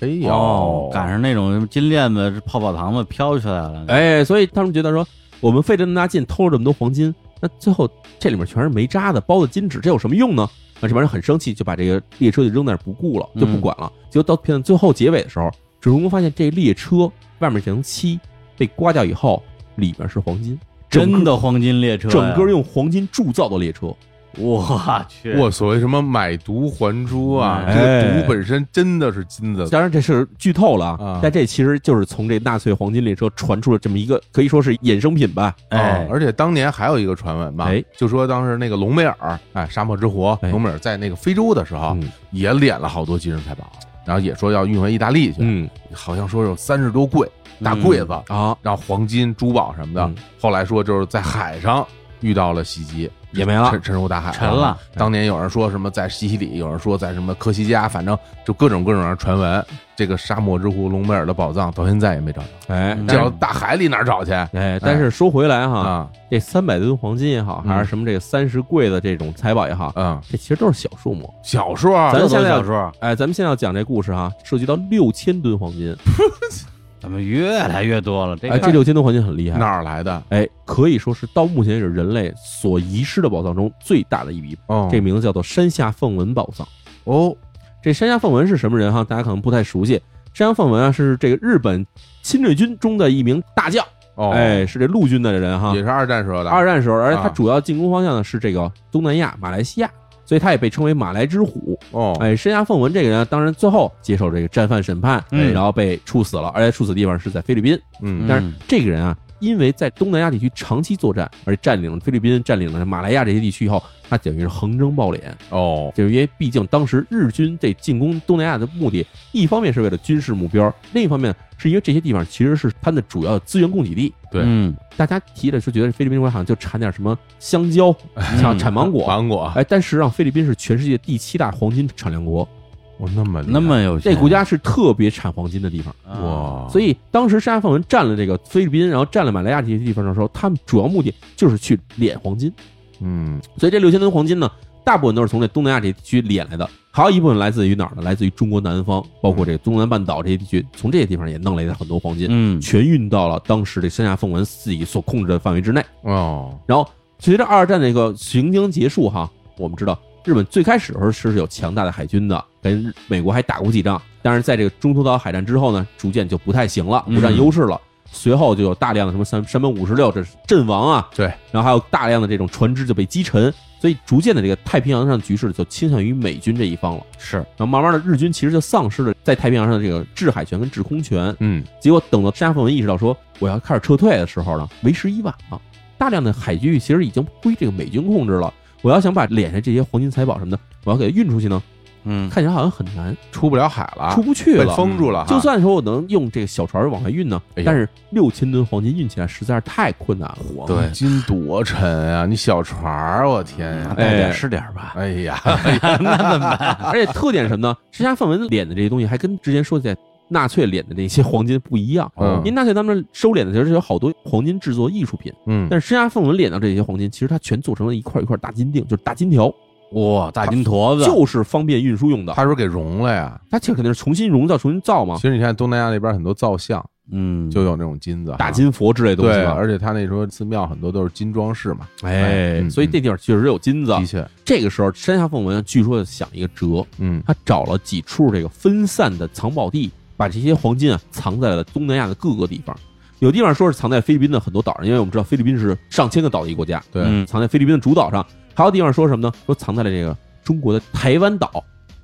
Speaker 3: 哎呦，
Speaker 2: 哦，赶上那种金链子、泡泡糖子飘起来了。，
Speaker 1: 哎，所以他们觉得说，我们费这么大劲偷了这么多黄金，那最后这里面全是煤渣子包的金纸，这有什么用呢？那这帮人很生气，就把这个列车就扔那儿不顾了，就不管了。结果到片子最后结尾的时候，主人公发现这列车外面这层漆被刮掉以后，里面是黄金，整个
Speaker 2: 真的黄金列车呀，
Speaker 1: 整个哦用黄金铸造的列车。
Speaker 2: 我去，
Speaker 3: 我所谓什么买椟还珠啊，
Speaker 2: 哎
Speaker 3: 这个毒本身真的是金子，
Speaker 1: 当然这是剧透了
Speaker 3: 呃啊
Speaker 1: 但这其实就是从这纳粹黄金列车传出了这么一个可以说是衍生品吧。
Speaker 2: 哎
Speaker 3: 啊，而且当年还有一个传闻嘛，
Speaker 1: 哎
Speaker 3: 就说当时那个隆美尔，哎，沙漠之火，
Speaker 1: 哎
Speaker 3: 隆美尔在那个非洲的时候、
Speaker 1: 嗯
Speaker 3: 也敛了好多金银财宝，然后也说要运回意大利去，
Speaker 1: 嗯
Speaker 3: 好像说有三十多柜大柜子，
Speaker 1: 啊，
Speaker 3: 然后黄金、珠宝什么的。
Speaker 1: 嗯
Speaker 3: 后来说就是在海上遇到了袭击，
Speaker 1: 也没了
Speaker 3: 沉沉入大海，啊
Speaker 2: 沉了。
Speaker 3: 当年有人说什么在西西里，有人说在什么科西嘉，反正就各种各种样的传闻。这个沙漠之湖隆美尔的宝藏到现在也没找着，
Speaker 1: 哎
Speaker 2: 嗯，
Speaker 1: 但
Speaker 3: 掉
Speaker 1: 是
Speaker 3: 到大海里哪儿找去
Speaker 1: 哎，但是说回来哈，
Speaker 3: 啊？
Speaker 1: 这三百吨黄金也好，
Speaker 3: 嗯
Speaker 1: 还是什么这个三十柜的这种财宝也好，
Speaker 3: 嗯，
Speaker 1: 这其实都是小数目。
Speaker 3: 小说啊，
Speaker 1: 咱
Speaker 2: 这都
Speaker 1: 现
Speaker 2: 是
Speaker 1: 在
Speaker 2: 小说，
Speaker 1: 哎，咱们现在要讲这故事哈，涉及到六千吨黄金，
Speaker 2: 怎么越来越多了？这
Speaker 1: 哎，这
Speaker 2: 个
Speaker 1: 六千吨黄金很厉
Speaker 3: 哪
Speaker 1: 害，
Speaker 3: 儿来的？
Speaker 1: 哎，可以说是到目前为止人类所遗失的宝藏中最大的一笔。
Speaker 3: 哦
Speaker 1: 这个名字叫做山下奉文宝藏。
Speaker 3: 哦，
Speaker 1: 这山下奉文是什么人哈？大家可能不太熟悉。山下奉文啊，是这个日本侵略军中的一名大将，
Speaker 3: 哦，
Speaker 1: 哎，是这陆军的人哈，
Speaker 3: 也是二战时候的
Speaker 1: 二战时候，而且
Speaker 3: 啊
Speaker 1: 它主要进攻方向呢是这个东南亚、马来西亚，所以它也被称为马来之虎。
Speaker 3: 哦，
Speaker 1: 哎，山下奉文这个人啊，当然最后接受这个战犯审判，哎
Speaker 2: 嗯
Speaker 1: 然后被处死了，而且处死地方是在菲律宾。
Speaker 3: 嗯
Speaker 1: 但是这个人啊，因为在东南亚地区长期作战，而且占领了菲律宾、占领了马来亚这些地区以后，他等于是横征暴敛。
Speaker 3: 哦，
Speaker 1: 就是因为毕竟当时日军这进攻东南亚的目的，一方面是为了军事目标，另一方面是因为这些地方其实是他们的主要资源供给地。
Speaker 3: 对
Speaker 2: 嗯，
Speaker 1: 大家提了就觉得菲律宾这块好像就产点什么香蕉，像产芒果，
Speaker 3: 芒果，
Speaker 1: 哎，但实际上菲律宾是全世界第七大黄金产量国，哎
Speaker 3: 我那么厉害
Speaker 2: 那么有钱
Speaker 1: 这国家是特别产黄金的地方。
Speaker 2: 啊
Speaker 3: 哇，
Speaker 1: 所
Speaker 3: 以
Speaker 1: 以当时沙范文占了这个菲律宾，然后占了马来亚这些地方的时候，他们主要目的就是去敛黄金。
Speaker 3: 嗯，
Speaker 1: 所以这六千吨黄金呢，大部分都是从这东南亚这些地区敛来的，还有一部分来自于哪儿呢？来自于中国南方，包括这个东南半岛这些地区，从这些地方也弄来了很多黄金，
Speaker 2: 嗯
Speaker 1: 全运到了当时这山下奉文自己所控制的范围之内。
Speaker 3: 哦，
Speaker 1: 然后随着二战这个行经结束，哈，我们知道日本最开始的时候是有强大的海军的，跟美国还打过几仗。但是在这个中途岛海战之后呢，逐渐就不太行了，
Speaker 2: 嗯
Speaker 1: 不占优势了。随后就有大量的什么山山本五十六这是阵亡啊，
Speaker 3: 对，
Speaker 1: 然后还有大量的这种船只就被击沉，所以逐渐的这个太平洋上的局势就倾向于美军这一方了。
Speaker 2: 是
Speaker 1: 然后慢慢的，日军其实就丧失了在太平洋上的这个制海权跟制空权。
Speaker 3: 嗯，
Speaker 1: 结果等到沙佛文意识到说我要开始撤退的时候呢，为时已晚了。大量的海军其实已经归这个美军控制了。我要想把脸上这些黄金财宝什么的，我要给它运出去呢，
Speaker 2: 嗯，
Speaker 1: 看起来好像很难，
Speaker 3: 出不了海了，
Speaker 1: 出不去
Speaker 3: 啊被
Speaker 1: 了。嗯
Speaker 3: 封住了哈，啊
Speaker 1: 就算说我能用这个小船往外运呢
Speaker 3: 哎，呦
Speaker 1: 但是六千吨黄金运起来实在是太困难了。
Speaker 3: 对
Speaker 1: 嗯
Speaker 3: 金多沉啊！你小船儿，我天呀！
Speaker 2: 带点
Speaker 1: 哎
Speaker 2: 是点儿吧，
Speaker 3: 哎呀，
Speaker 1: 而且特点是什么呢？石家范文脸的这些东西还跟之前说起来纳粹脸的那些黄金不一样。
Speaker 3: 嗯
Speaker 1: 因为纳粹他们收敛的其实有好多黄金制作艺术品，
Speaker 3: 嗯，
Speaker 1: 但是施压凤文脸上这些黄金，其实它全做成了一块一块大金锭，就是大金条，
Speaker 2: 哇，大金坨子，
Speaker 1: 就是方便运输用的。
Speaker 3: 他是不是给融了呀？
Speaker 1: 它其实肯定是重新融造、重新造嘛
Speaker 3: 其，实你看东南亚那边很多造像
Speaker 2: 嗯，
Speaker 3: 就有那种金子哈，
Speaker 1: 打金佛之类的东西
Speaker 3: 对，
Speaker 1: 嘛。
Speaker 3: 而且他那时候寺庙很多都是金装饰嘛，
Speaker 1: 哎，嗯
Speaker 3: 嗯
Speaker 1: 所以这地方确实有金子。
Speaker 3: 的确，
Speaker 1: 这个时候，山下凤文啊据说想一个辙，
Speaker 3: 嗯
Speaker 1: 他找了几处这个分散的藏宝地，把这些黄金啊藏在了东南亚的各个地方。有地方说是藏在菲律宾的很多岛上，因为我们知道菲律宾是上千个岛的一个国家，
Speaker 3: 对
Speaker 2: 嗯
Speaker 1: 藏在菲律宾的主岛上。还有地方说什么呢？说藏在了这个中国的台湾岛。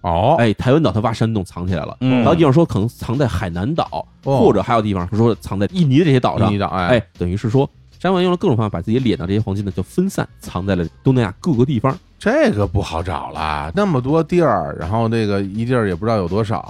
Speaker 3: 哦，
Speaker 1: 哎，台湾岛它挖山洞藏起来了，
Speaker 2: 嗯
Speaker 1: 还有地方说可能藏在海南岛，
Speaker 3: 哦
Speaker 1: 或者还有地方说藏在印尼的这些岛
Speaker 3: 印
Speaker 1: 上
Speaker 3: 尼。岛哎
Speaker 1: 哎，等于是说，山王用了各种方法把自己脸上这些黄金呢就分散藏在了东南亚各个地方。
Speaker 3: 这个不好找了，那么多地儿，然后那个一地儿也不知道有多少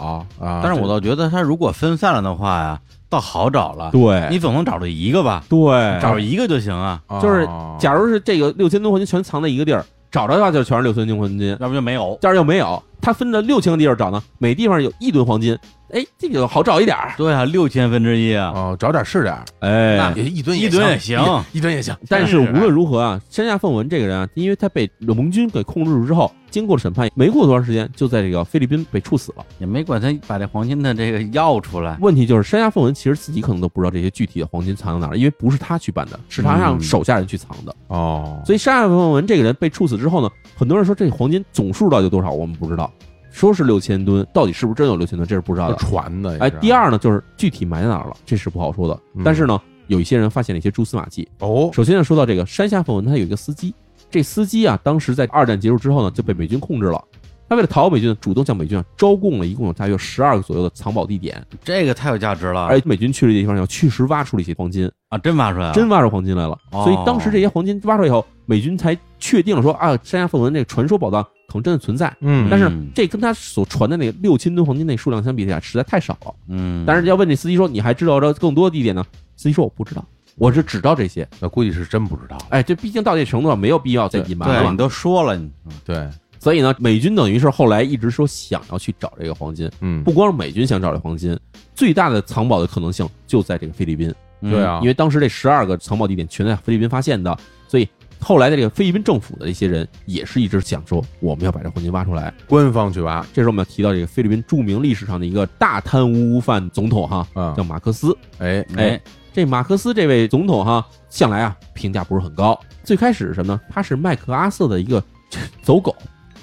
Speaker 3: 啊。
Speaker 2: 但是我
Speaker 3: 都
Speaker 2: 倒觉得他如果分散了的话呀，倒好找了，
Speaker 1: 对
Speaker 2: 你总能找着一个吧，
Speaker 1: 对
Speaker 2: 找着一个就行啊，
Speaker 1: 就是假如是这个六千吨黄金全藏在一个地儿，找着的话就全是六千吨黄金，
Speaker 2: 要不就没有。
Speaker 1: 但是又没有，它分了六千个地方找呢，每地方有一吨黄金，哎，这个好找一点儿。
Speaker 2: 对啊，六千分之一啊，
Speaker 3: 哦，找点是点儿，
Speaker 1: 哎
Speaker 3: 那也一吨
Speaker 2: 一吨也行
Speaker 3: 行，一吨也行。
Speaker 1: 但是
Speaker 2: 是
Speaker 1: 无论如何啊，山下奉文这个人啊，因为他被盟军给控制住之后，经过了审判，没过多长时间就在这个菲律宾被处死了。
Speaker 2: 也没管他把这黄金的这个要出来。
Speaker 1: 问题就是山下奉文其实自己可能都不知道这些具体的黄金藏在哪儿，因为不是他去办的，是他让
Speaker 3: 嗯
Speaker 1: 手下人去藏的。
Speaker 3: 哦，
Speaker 1: 所以山下奉文这个人被处死之后呢，很多人说这黄金总数到底有多少，我们不知道，说是六千吨，到底是不是真有六千吨，这是不知道
Speaker 3: 这
Speaker 1: 的。
Speaker 3: 传的也是啊。
Speaker 1: 哎，第二呢，就是具体埋在哪儿了，这是不好说的
Speaker 3: 嗯。
Speaker 1: 但是呢，有一些人发现了一些蛛丝马迹，
Speaker 3: 哦，
Speaker 1: 首先呢，说到这个山下奉文，他有一个司机，这司机啊，当时在二战结束之后呢，就被美军控制了。他为了逃避美军，主动向美军啊招供了一共有大约十二个左右的藏宝地点，
Speaker 2: 这个太有价值了，
Speaker 1: 而美军去这些地方要确实挖出了一些黄金，
Speaker 2: 啊，真挖出来了，
Speaker 1: 真挖出黄金来了。
Speaker 2: 哦
Speaker 1: 所以当时这些黄金挖出来以后，美军才确定了说啊，山下奉文这个传说宝藏可能真的存在。
Speaker 3: 嗯
Speaker 1: 但是
Speaker 2: 嗯
Speaker 1: 这跟他所传的那个六千吨黄金那数量相比起来，实在太少了。
Speaker 2: 嗯，
Speaker 1: 但是要问这司机说，你还知道着更多的地点呢？司机说我不知道，我是只知道这些。
Speaker 3: 那估计是真不知道。
Speaker 1: 哎，这毕竟到这程度上没有必要再隐瞒了
Speaker 2: 对
Speaker 1: 嘛
Speaker 2: 你。都说了，你
Speaker 3: 对，
Speaker 1: 所以呢，美军等于是后来一直说想要去找这个黄金，
Speaker 3: 嗯，
Speaker 1: 不光是美军想找这黄金，最大的藏宝的可能性就在这个菲律宾，
Speaker 3: 对，啊，
Speaker 1: 因为当时这十二个藏宝地点全在菲律宾发现的，所以后来的这个菲律宾政府的一些人也是一直想说我们要把这黄金挖出来。
Speaker 3: 官方去挖，
Speaker 1: 这时候我们要提到这个菲律宾著名历史上的一个大贪污犯总统哈，
Speaker 3: 嗯
Speaker 1: 叫，马克思。
Speaker 3: 哎，
Speaker 2: 嗯
Speaker 1: 哎，这马克思这位总统哈，向来啊评价不是很高。最开始是什么呢？他是麦克阿瑟的一个 走狗，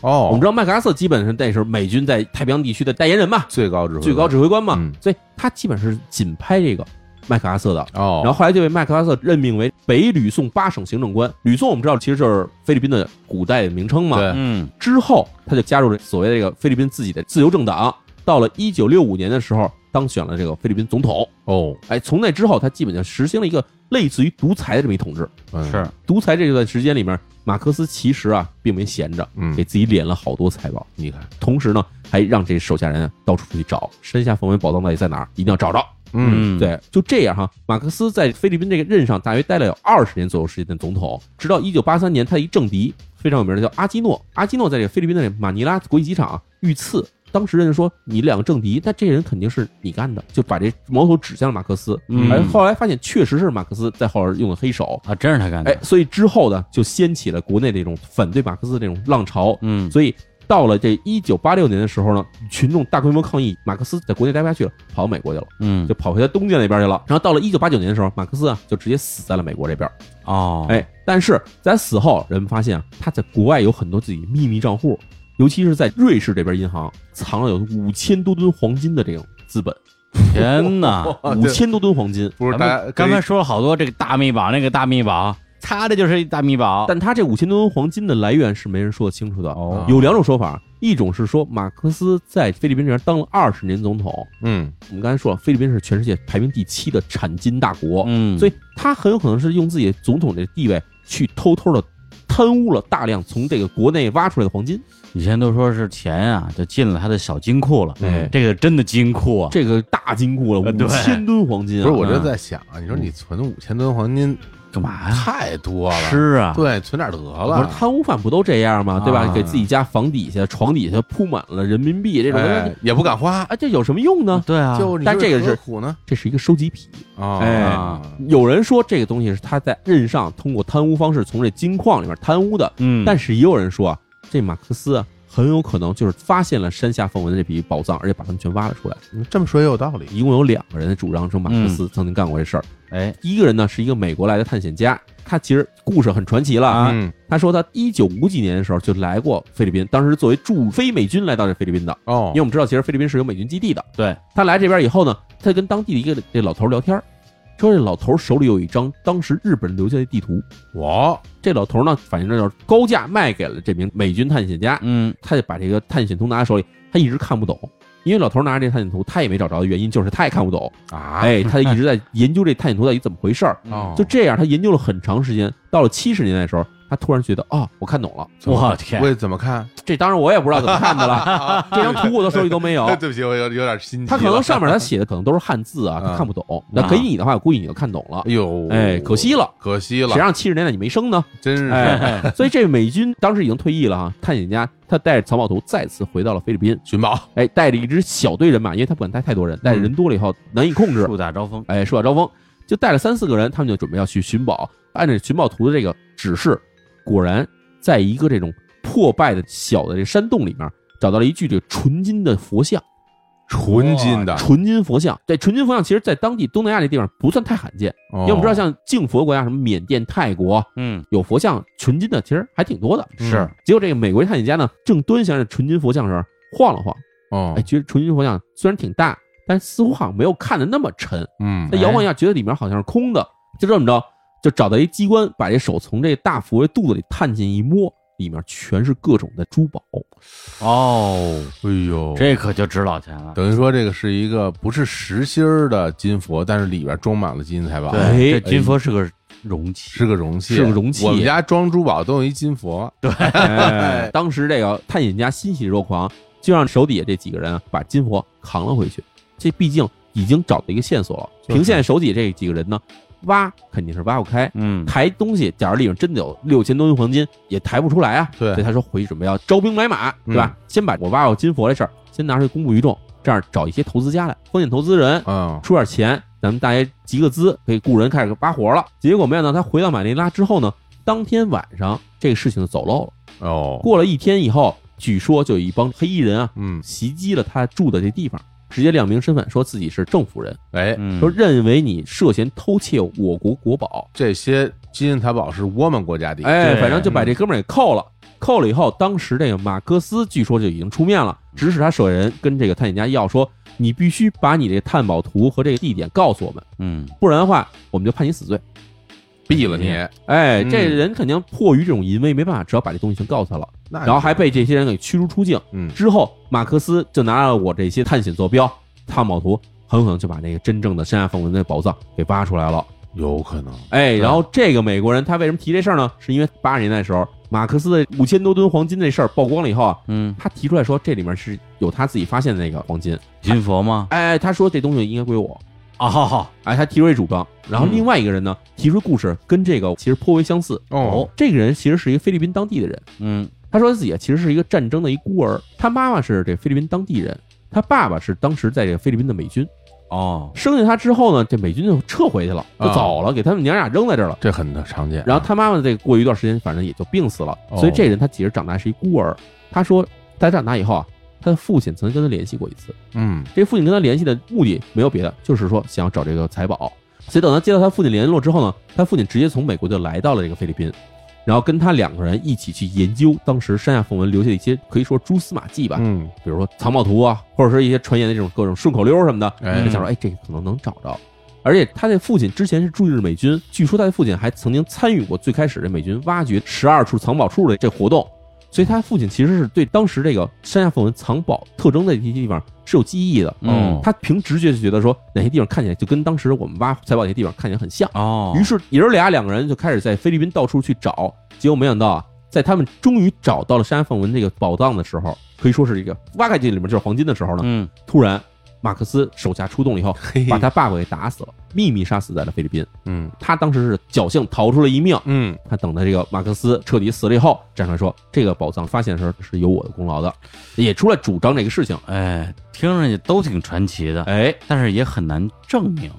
Speaker 3: 哦，
Speaker 1: 我们知道麦克阿瑟基本上那时候美军在太平洋地区的代言人嘛，
Speaker 3: 最高指挥，
Speaker 1: 最高指挥官嘛，
Speaker 3: 嗯
Speaker 1: 所以他基本是紧拍这个麦克阿瑟的。
Speaker 3: 哦，
Speaker 1: 然后后来就被麦克阿瑟任命为北吕宋八省行政官。吕宋我们知道其实就是菲律宾的古代名称嘛。
Speaker 3: 对，
Speaker 2: 嗯，
Speaker 1: 之后他就加入了所谓的这个菲律宾自己的自由政党，到了一九六五年的时候当选了这个菲律宾总统。
Speaker 3: 哦，
Speaker 1: 哎，从那之后他基本上实行了一个类似于独裁的这么一统治。
Speaker 3: 嗯，
Speaker 2: 是
Speaker 1: 独裁这段时间里面，马克思其实啊并没闲着，
Speaker 3: 嗯
Speaker 1: 给，自己敛了好多财宝。
Speaker 3: 你看，
Speaker 1: 同时呢，还让这手下人啊到处出去找山下奉文宝藏到底在哪儿，一定要找着。
Speaker 3: 嗯，
Speaker 1: 对，就这样哈。马克思在菲律宾这个任上大约待了有二十年左右时间的总统，直到一九八三年，他一政敌非常有名的叫阿基诺，阿基诺在这个菲律宾的马尼拉国际机场啊遇刺。当时人家说你两个政敌，那这人肯定是你干的，就把这矛头指向了马克思。
Speaker 2: 嗯
Speaker 1: 而后来发现确实是马克思在后边用的黑手，哎
Speaker 2: 啊，真是他干的，
Speaker 1: 哎，所以之后呢，就掀起了国内这种反对马克思的这种浪潮。
Speaker 2: 嗯
Speaker 1: 所以到了这一九八六年的时候呢，群众大规模抗议，马克思在国内待不下去了，跑美国去了，
Speaker 2: 嗯
Speaker 1: 就跑回他东家那边去了。然后到了一九八九年的时候，马克思啊就直接死在了美国这边。
Speaker 2: 哦，
Speaker 1: 哎，但是在死后，人们发现啊，他在国外有很多自己秘密账户，尤其是在瑞士这边银行藏了有五千多吨黄金的这种资本，
Speaker 2: 天哪！
Speaker 3: 啊
Speaker 1: 五
Speaker 3: 对
Speaker 1: 千多吨黄金。
Speaker 3: 不是大
Speaker 2: 咱
Speaker 3: 家
Speaker 2: 们刚才说了好多这个大密宝，那个大密宝，他这就是一大密宝。
Speaker 1: 但他这五千多吨黄金的来源是没人说得清楚的。
Speaker 2: 哦
Speaker 1: 有两种说法，一种是说马克思在菲律宾这边当了二十年总统。
Speaker 3: 嗯
Speaker 1: 我们刚才说了，菲律宾是全世界排名第七的产金大国，
Speaker 2: 嗯，
Speaker 1: 所以他很有可能是用自己总统的地位去偷偷的贪污了大量从这个国内挖出来的黄金。
Speaker 2: 以前都说是钱啊，就进了他的小金库了。
Speaker 1: 哎
Speaker 2: 这个真的金库啊，
Speaker 1: 这个大金库了，五
Speaker 2: 呃对
Speaker 1: 千吨黄金啊！
Speaker 3: 不是，我
Speaker 1: 这
Speaker 3: 就在想啊，你说你存五千吨黄金
Speaker 2: 干嘛
Speaker 1: 嗯
Speaker 2: 呀？
Speaker 3: 太多了，
Speaker 2: 吃啊，
Speaker 3: 对，存点得
Speaker 1: 不是
Speaker 3: 了。
Speaker 1: 贪污犯不都这样吗？对吧？
Speaker 2: 啊
Speaker 1: 给自己家房底下、床底下铺满了人民币，这种东
Speaker 3: 哎
Speaker 1: 西，
Speaker 3: 也不敢花，
Speaker 1: 啊，这有什么用呢？
Speaker 2: 对啊，
Speaker 3: 就你
Speaker 1: 但
Speaker 3: 说
Speaker 1: 这个是
Speaker 3: 何苦呢
Speaker 1: 这是一个收集癖。
Speaker 3: 啊
Speaker 1: 哎有人说这个东西是他在任上通过贪污方式从这金矿里面贪污的，
Speaker 2: 嗯，
Speaker 1: 但是也有人说啊，这马克思啊很有可能就是发现了山下奉文的这笔宝藏，而且把他们全挖了出来。
Speaker 3: 这么说也有道理。
Speaker 1: 一共有两个人主张说马克思曾经干过这事儿。
Speaker 2: 哎，
Speaker 1: 第一个人呢是一个美国来的探险家，他其实故事很传奇了啊。
Speaker 3: 嗯，
Speaker 1: 他说他一九五几年的时候就来过菲律宾，当时是作为驻菲美军来到这菲律宾的，
Speaker 3: 哦
Speaker 1: 因为，我们知道其实菲律宾是有美军基地的。
Speaker 2: 对，
Speaker 1: 他来这边以后呢，他就跟当地的一个这老头聊天儿，说这老头手里有一张当时日本留下的地图，
Speaker 3: 我
Speaker 1: 这老头呢反正就是高价卖给了这名美军探险家，
Speaker 2: 嗯，
Speaker 1: 他就把这个探险图拿在手里，他一直看不懂。因为老头拿着这探险图，他也没找着的原因就是他也看不懂，
Speaker 3: 啊，
Speaker 1: 哎，他就一 直在研究这探险图到底怎么回事
Speaker 2: 嗯
Speaker 1: 儿。
Speaker 3: 哦，
Speaker 1: 就这样，他研究了很长时间。到了七十年代的时候，他突然觉得啊、我看懂了。
Speaker 2: 我天
Speaker 3: 我，也怎么看？
Speaker 1: 这当然我也不知道怎么看的了，
Speaker 3: 啊
Speaker 1: 这张图我的手里都没有。
Speaker 3: 对不起，我有有点心急了。
Speaker 1: 他可能上面他写的可能都是汉字啊，
Speaker 3: 嗯
Speaker 1: 他看不懂。那给你的话，我估计你就看懂了
Speaker 3: 哎。呦，
Speaker 1: 哎，可惜了，
Speaker 3: 可惜
Speaker 1: 谁
Speaker 3: 了，
Speaker 1: 让七十年代你没生呢？
Speaker 3: 真是
Speaker 1: 哎，所以这美军当时已经退役了哈，探险家他带着藏宝图再次回到了菲律宾，
Speaker 3: 寻宝
Speaker 1: 哎，带着一支小队人马，因为他不敢带太多人，带着人多了以后难以控制，
Speaker 2: 树大招风，
Speaker 1: 哎，树大招风，就带了三四个人，他们就准备要去寻宝。按照寻宝图的这个指示，果然在一个这种破败的小的这山洞里面，找到了一具这个纯金的佛像，
Speaker 3: 纯金的，
Speaker 1: 纯金佛像。这纯金佛像其实在当地东南亚这地方不算太罕见，
Speaker 3: 哦
Speaker 1: 因为我们知道像敬佛国家什么缅甸、泰国
Speaker 2: 嗯，
Speaker 1: 有佛像纯金的，其实还挺多的。
Speaker 3: 嗯
Speaker 2: 是
Speaker 1: 结果这个美国探险家呢，正端详着纯金佛像时晃了晃，
Speaker 3: 哦
Speaker 1: 哎，，觉得纯金佛像虽然挺大，但似乎好像没有看的那么沉。
Speaker 3: 嗯
Speaker 1: 他摇晃一下，觉得里面好像是空的，就这么着，就找到一机关，把这手从这大佛的肚子里探进一摸，里面全是各种的珠 宝。
Speaker 2: 哦，
Speaker 3: 哎呦，
Speaker 2: 这可就值老钱了。
Speaker 3: 等于说这个是一个不是实心儿的金佛，但是里边装满了金银财宝，
Speaker 1: 哎
Speaker 2: 这金佛是个容器，
Speaker 3: 是个容器，
Speaker 1: 是个容器
Speaker 3: 我们家装珠宝都有一金佛，
Speaker 1: 哎当时这个探险家欣喜若狂，就让手底下这几个人啊把金佛扛了回去。这毕竟已经找到一个线索了，
Speaker 3: 就是
Speaker 1: 凭现在手底下这几个人呢，挖肯定是挖不开。
Speaker 2: 嗯，
Speaker 1: 抬东西，假如里面真的有六千多斤黄金，也抬不出来啊。
Speaker 3: 对
Speaker 1: 所以他说回去准备要招兵买马，对吧？先把我挖到金佛这事儿先拿出去公布于众，这样找一些投资家来，风险投资人
Speaker 3: 嗯，
Speaker 1: 出点钱，咱们大家集个资，可以雇人开始挖活了。结果没想到他回到马尼拉之后呢，当天晚上这个事情就走漏了。
Speaker 3: 哦，
Speaker 1: 过了一天以后，据说就有一帮黑衣人啊
Speaker 3: 嗯，
Speaker 1: 袭击了他住的这地方。直接亮明身份，说自己是政府人，
Speaker 3: 哎，
Speaker 2: 嗯
Speaker 1: 说认为你涉嫌偷窃我国国宝，
Speaker 3: 这些金银财宝是我们国家的，
Speaker 1: 哎，
Speaker 2: 对
Speaker 1: 反正就把这哥们儿给扣了。扣了以后，当时这个马克思据说就已经出面了，指使他手下人跟这个探险家要说，你必须把你这探宝图和这个地点告诉我们，
Speaker 2: 嗯，
Speaker 1: 不然的话，我们就判你死罪。
Speaker 3: 毙了你，
Speaker 1: 哎，
Speaker 3: 嗯
Speaker 1: 这人肯定迫于这种淫威，没办法，只好把这东西全告诉他了，
Speaker 3: 那
Speaker 1: 然后还被这些人给驱逐出境。
Speaker 3: 嗯
Speaker 1: 之后，马克思就拿了我这些探险坐标、探宝图，很有可能就把那个真正的山下奉文的宝藏给挖出来了。
Speaker 3: 有可能，
Speaker 1: 哎，然后这个美国人他为什么提这事儿呢？是因为八十年代的时候，马克思的五千多吨黄金这事儿曝光了以后啊，
Speaker 2: 嗯，
Speaker 1: 他提出来说这里面是有他自己发现的那个黄金。
Speaker 2: 金佛吗？
Speaker 1: 哎，他说这东西应该归我。
Speaker 2: 哦，
Speaker 1: 哎，他提出这主张，然后
Speaker 3: 嗯
Speaker 1: 另外一个人呢、提出故事跟这个其实颇为相似。
Speaker 3: 哦，
Speaker 1: 这个人其实是一个菲律宾当地的人，
Speaker 2: 嗯，
Speaker 1: 他说自己啊其实是一个战争的一孤儿，他妈妈是这菲律宾当地人，他爸爸是当时在这个菲律宾的美军。
Speaker 2: 哦，
Speaker 1: 生下他之后呢，这美军就撤回去了，就
Speaker 3: 啊
Speaker 1: 走了，给他们娘俩扔在这儿了。
Speaker 3: 这很常见，
Speaker 1: 然后他妈妈这个过一段时间，反正也就病死了，
Speaker 3: 哦
Speaker 1: 所以这人他其实长大是一孤儿。他说他长大以后啊，他的父亲曾经跟他联系过一次。
Speaker 3: 嗯
Speaker 1: 这父亲跟他联系的目的没有别的，就是说想要找这个财宝。所以等他接到他父亲联络之后呢，他父亲直接从美国就来到了这个菲律宾，然后跟他两个人一起去研究当时山下奉文留下的一些可以说蛛丝马迹吧，
Speaker 3: 嗯，
Speaker 1: 比如说藏宝图啊，或者说一些传言的这种各种顺口溜什么的，
Speaker 3: 哎
Speaker 1: 他
Speaker 2: 嗯
Speaker 1: 想说，哎，这个可能能找着。而且他的父亲之前是驻日美军，据说他的父亲还曾经参与过最开始这美军挖掘十二处藏宝处的这活动，所以他父亲其实是对当时这个山下奉文藏宝特征的一些地方是有记忆的。
Speaker 2: 嗯
Speaker 1: 他凭直觉就觉得说哪些地方看起来就跟当时我们挖财宝那些地方看起来很像，
Speaker 2: 哦，
Speaker 1: 于是爷儿俩两个人就开始在菲律宾到处去找，结果没想到啊，在他们终于找到了山下奉文这个宝藏的时候，可以说是一个挖开这里面就是黄金的时候呢，
Speaker 2: 嗯，
Speaker 1: 突然马克思手下出动以后，把他爸爸给打死了，秘密杀死在了菲律宾。
Speaker 3: 嗯
Speaker 1: 他当时是侥幸逃出了一命。
Speaker 3: 嗯，
Speaker 1: 他等到这个马克思彻底死了以后，站出来说：“这个宝藏发现的时候是有我的功劳的，也出来主张这个事情。
Speaker 2: 哎，听上去都挺传奇”的，
Speaker 1: 哎，
Speaker 2: 但是也很难证明。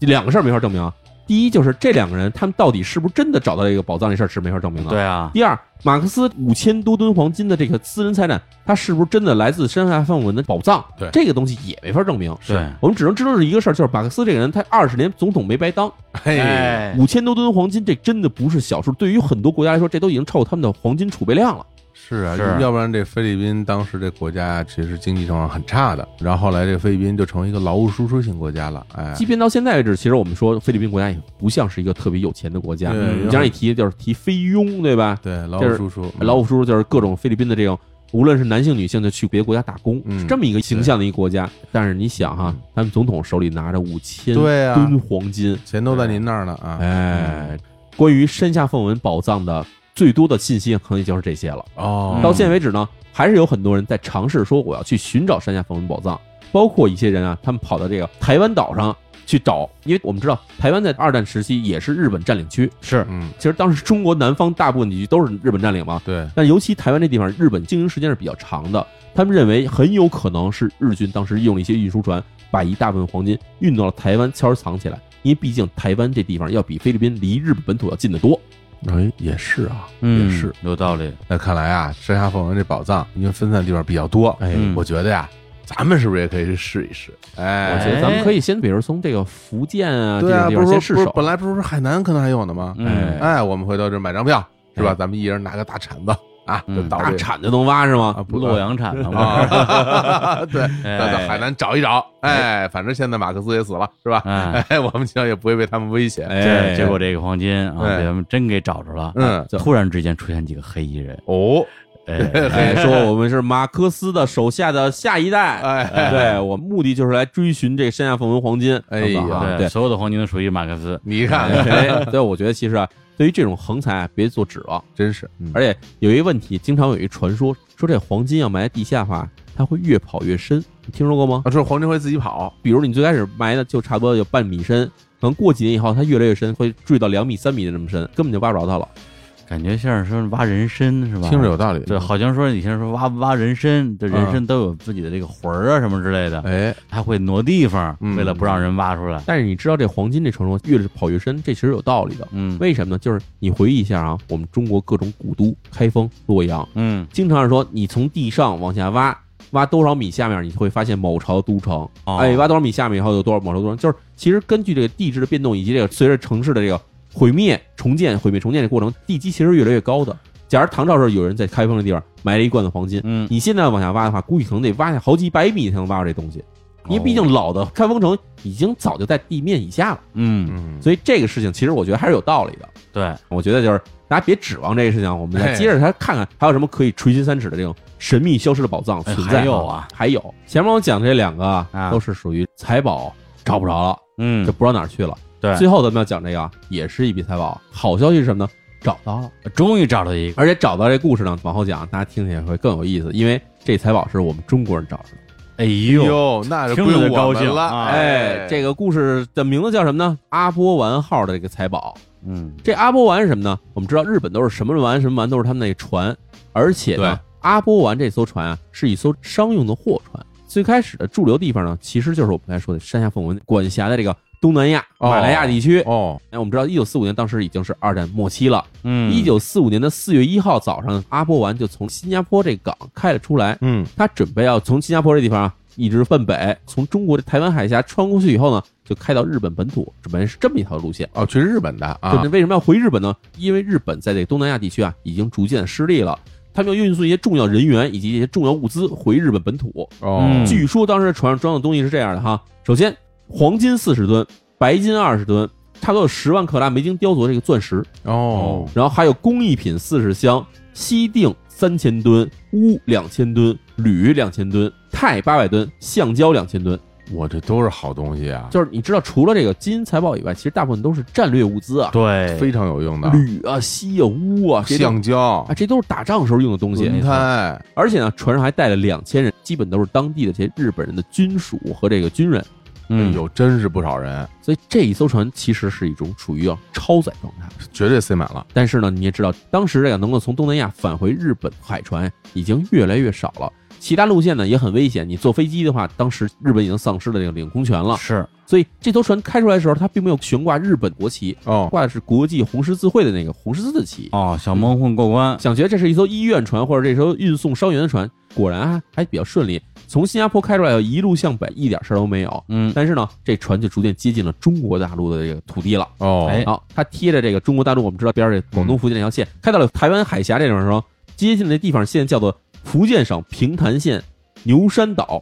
Speaker 1: 两个事儿没法证明啊。第一就是这两个人他们到底是不是真的找到这个宝藏这事儿是没法证明的。。
Speaker 2: 对啊，
Speaker 1: 第二，马克思五千多吨黄金的这个私人财产，他是不是真的来自山下范文的宝藏？
Speaker 3: 对
Speaker 1: 这个东西也没法证明。
Speaker 2: 对，
Speaker 1: 我们只能知道是一个事儿，就是马克思这个人，他二十年总统没白当，
Speaker 3: 嘿，
Speaker 2: 哎，
Speaker 1: 五千多吨黄金，这真的不是小数。对于很多国家来说，这都已经超过他们的黄金储备量了。
Speaker 3: 是啊，
Speaker 2: 是
Speaker 3: 要不然这菲律宾当时这国家其实经济状况很差的，然后后来这菲律宾就成一个劳务输出型国家了，哎，
Speaker 1: 即便到现在为止，其实我们说菲律宾国家也不像是一个特别有钱的国家。
Speaker 3: 对
Speaker 1: 你
Speaker 3: 有
Speaker 1: 像一提就是提菲佣，对吧？
Speaker 3: 对劳
Speaker 1: 就
Speaker 3: 务
Speaker 1: 是
Speaker 3: 输出，嗯
Speaker 1: 老虎叔叔就是各种菲律宾的这种，无论是男性女性，就去别的国家打工，
Speaker 3: 嗯
Speaker 1: 是这么一个形象的一个国家。但是你想哈
Speaker 3: 嗯，
Speaker 1: 咱们总统手里拿着五千
Speaker 3: 对啊
Speaker 1: 吨黄金，
Speaker 3: 钱都在您那儿呢啊，
Speaker 1: 哎，关于山下奉文宝藏的最多的信息，可能也就是这些了。
Speaker 3: 哦，
Speaker 1: 到现在为止呢，还是有很多人在尝试说我要去寻找山下奉文宝藏，包括一些人啊，他们跑到这个台湾岛上去找，因为我们知道台湾在二战时期也是日本占领区，
Speaker 2: 是
Speaker 3: 嗯，
Speaker 1: 其实当时中国南方大部分地区都是日本占领嘛，
Speaker 3: 对，
Speaker 1: 但尤其台湾这地方，日本经营时间是比较长的，他们认为很有可能是日军当时用了一些运输船，把一大部分黄金运到了台湾，悄悄藏起来。因为毕竟台湾这地方要比菲律宾离日本本土要近得多，
Speaker 3: 哎，也是啊，
Speaker 2: 嗯，
Speaker 3: 也是。
Speaker 2: 有道理。
Speaker 3: 那看来啊，山下凤文这宝藏因为分散地方比较多，
Speaker 1: 哎
Speaker 2: 嗯
Speaker 3: 我觉得呀，咱们是不是也可以去试一试？
Speaker 1: 我觉
Speaker 3: 哎，
Speaker 1: 得咱们可以先，比如从这个福建啊这
Speaker 3: 对
Speaker 1: 种
Speaker 3: 啊，
Speaker 1: 地
Speaker 3: 不
Speaker 1: 方先
Speaker 3: 是说
Speaker 1: 试
Speaker 3: 不是
Speaker 1: 手，
Speaker 3: 本来不是说海南可能还有呢吗？
Speaker 2: 嗯，
Speaker 3: 哎，我们回头这买张票是
Speaker 1: 哎
Speaker 3: 吧？咱们一人拿个大铲子啊，
Speaker 2: 嗯
Speaker 3: 就到
Speaker 1: 大
Speaker 3: 这
Speaker 1: 铲就能挖是吗？
Speaker 3: 啊，不
Speaker 2: 洛阳产 的嘛，
Speaker 3: 啊，对，
Speaker 2: 哎
Speaker 3: 到到海南找一找，哎，反正现在马克思也死了，是吧？
Speaker 2: 哎，
Speaker 3: 哎，我们希望也不会被他们威胁。
Speaker 1: 哎
Speaker 2: 这结果这个黄金啊，
Speaker 3: 哎
Speaker 2: 被他们真给找着了。
Speaker 3: 嗯，
Speaker 1: 就
Speaker 2: 突然之间出现几个黑衣人，
Speaker 3: 哦，
Speaker 2: 哎，
Speaker 1: 哎，说我们是马克思的手下的下一代，
Speaker 3: 哎，
Speaker 1: 对我目的就是来追寻这山下奉文黄金。
Speaker 3: 哎呀
Speaker 1: 好不好
Speaker 2: 对，
Speaker 1: 对，
Speaker 2: 所有的黄金都属于马克思。
Speaker 3: 你看，
Speaker 1: 哎，对，我觉得其实啊，对于这种横财啊，别做指望。
Speaker 3: 真是，嗯
Speaker 1: 而且有一个问题，经常有一传说，说这黄金要埋在地下的话，它会越跑越深，你听说过吗？
Speaker 3: 啊，说黄金会自己跑，
Speaker 1: 比如你最开始埋的就差不多有半米深，可能过几年以后，它越来越深，会坠到两米、三米的这么深，根本就挖不着它了。
Speaker 2: 感觉像是说挖人参是吧？
Speaker 3: 听着有道理。
Speaker 2: 对，好像说以前说挖挖人参，这人参都有自己的这个魂儿啊什么之类的，
Speaker 3: 哎，
Speaker 2: 它会挪地方，
Speaker 3: 嗯
Speaker 2: 为了不让人挖出来。
Speaker 1: 但是你知道这黄金这传说越是跑越深，这其实有道理的。
Speaker 2: 嗯，
Speaker 1: 为什么呢？就是你回忆一下啊，我们中国各种古都，开封、洛阳，
Speaker 2: 嗯
Speaker 1: 经常是说你从地上往下挖，挖多少米下面，你会发现某朝都城。
Speaker 2: 哦
Speaker 1: 哎，挖多少米下面以后有多少某朝都城，就是其实根据这个地质的变动以及这个随着城市的这个毁灭、重建、毁灭、重建的过程，地基其实越来越高的。假如唐朝时候有人在开封的地方埋了一罐子黄金，
Speaker 2: 嗯，
Speaker 1: 你现在往下挖的话，估计可能得挖下好几百米才能挖到这东西，因为毕
Speaker 2: 哦
Speaker 1: 竟老的开封城已经早就在地面以下了，
Speaker 2: 嗯
Speaker 3: 嗯，
Speaker 1: 所以这个事情其实我觉得还是有道理的。
Speaker 2: 对，
Speaker 1: 我觉得就是大家别指望这个事情，我们
Speaker 3: 哎
Speaker 1: 再接着它看看还有什么可以垂涎三尺的这种神秘消失的宝藏
Speaker 2: 哎
Speaker 1: 存在。
Speaker 2: 还有啊，
Speaker 1: 还有前面我讲这两个
Speaker 2: 啊
Speaker 1: 啊，都是属于财宝找不着了，
Speaker 2: 嗯
Speaker 1: 就不知道哪儿去了。
Speaker 2: 对
Speaker 1: 最后咱们要讲这个啊也是一笔财宝，好消息是什么呢？找到了，
Speaker 2: 终于找到一个，
Speaker 1: 而且找到这故事呢，往后讲大家听起来会更有意思，因为这财宝是我们中国人找着的。
Speaker 2: 哎呦，
Speaker 3: 哟，那就
Speaker 2: 听
Speaker 3: 归
Speaker 2: 着就
Speaker 3: 我
Speaker 2: 高
Speaker 3: 们
Speaker 2: 兴
Speaker 3: 了。
Speaker 2: 啊
Speaker 1: 哎，这个故事的名字叫什么呢？阿波丸号的这个财宝，
Speaker 2: 嗯
Speaker 1: 这阿波丸是什么呢？我们知道日本都是什么丸什么丸都是他们那个船，而且呢
Speaker 3: 对，
Speaker 1: 阿波丸这艘船啊是一艘商用的货船。最开始的驻留地方呢，其实就是我们刚才说的山下奉文管辖的这个东南亚、
Speaker 3: 哦
Speaker 1: 马来亚地区。
Speaker 3: 哦，
Speaker 1: 哎，我们知道，一九四五年当时已经是二战末期了。
Speaker 2: 嗯，
Speaker 1: 一九四五年的四月一号早上，阿波丸就从新加坡这港开了出来，
Speaker 3: 嗯
Speaker 1: 他准备要从新加坡这地方啊一直奔北，从中国的台湾海峡穿过去以后呢，就开到日本本土，准备是这么一条路线。
Speaker 3: 哦，去日本的
Speaker 1: 就
Speaker 3: 啊
Speaker 1: 是，为什么要回日本呢？因为日本在这个东南亚地区啊，已经逐渐失利了。他们要运送一些重要人员以及一些重要物资回日本本土。
Speaker 3: 哦，
Speaker 2: 嗯
Speaker 1: 据说当时船上装的东西是这样的哈：首先，黄金四十吨，白金二十吨，差不多有十万克拉梅金雕琢这个钻石，
Speaker 3: 哦，
Speaker 1: 然后还有工艺品四十箱，西定三千吨，钨两千吨，铝两千吨，钛八百吨，橡胶两千吨。
Speaker 3: 我这都是好东西啊，
Speaker 1: 就是你知道，除了这个金银财宝以外，其实大部分都是战略物资啊，
Speaker 2: 对，
Speaker 3: 非常有用的，
Speaker 1: 铝啊、锡啊、钨啊，这都
Speaker 3: 橡胶
Speaker 2: 哎
Speaker 1: 啊，、这都是打仗时候用的东西
Speaker 3: 轮。胎，
Speaker 1: 而且呢，船上还带了两千人，基本都是当地的这些日本人的军属和这个军人。
Speaker 2: 嗯，
Speaker 3: 有真是不少人，
Speaker 1: 所以这一艘船其实是一种处于要超载状态。
Speaker 3: 绝对塞满了，
Speaker 1: 但是呢，你也知道，当时这个能够从东南亚返回日本海船已经越来越少了，其他路线呢也很危险。你坐飞机的话，当时日本已经丧失了这个领空权了，
Speaker 2: 是，
Speaker 1: 所以这艘船开出来的时候，它并没有悬挂日本国旗，
Speaker 3: 哦，
Speaker 1: 挂的是国际红十字会的那个红十字的旗。
Speaker 2: 哦，想蒙混过关，
Speaker 1: 想觉得这是一艘医院船或者这艘运送伤员的船，果然还还比较顺利。从新加坡开出来，一路向北，一点事儿都没有。
Speaker 2: 嗯，
Speaker 1: 但是呢，这船就逐渐接近了中国大陆的这个土地了。
Speaker 3: 哦，
Speaker 2: 哎
Speaker 1: 好，它贴着这个中国大陆，我们知道边儿这广东、福建那条线，开到了台湾海峡这地方的时候，接近的地方现在叫做福建省平潭县牛山岛，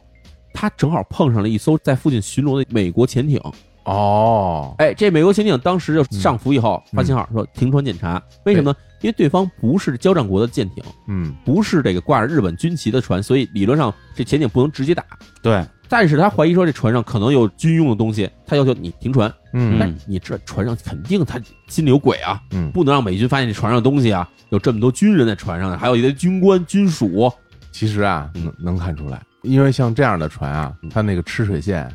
Speaker 1: 它正好碰上了一艘在附近巡逻的美国潜艇。
Speaker 3: 哦，
Speaker 1: 哎，这美国潜艇当时就上浮以后发信号说停船检查，为什么呢？因为对方不是交战国的舰艇，
Speaker 3: 嗯，
Speaker 1: 不是这个挂着日本军旗的船，所以理论上这潜艇不能直接打。
Speaker 2: 对，
Speaker 1: 但是他怀疑说这船上可能有军用的东西，他要求你停船。
Speaker 3: 嗯
Speaker 2: 嗯
Speaker 1: 但你这船上肯定他心里有鬼啊，
Speaker 3: 嗯，
Speaker 1: 不能让美军发现这船上的东西啊，有这么多军人在船上呢，还有一堆军官、军属。
Speaker 3: 其实啊，
Speaker 1: 嗯
Speaker 3: 能能看出来，因为像这样的船啊
Speaker 1: 嗯，
Speaker 3: 它那个吃水线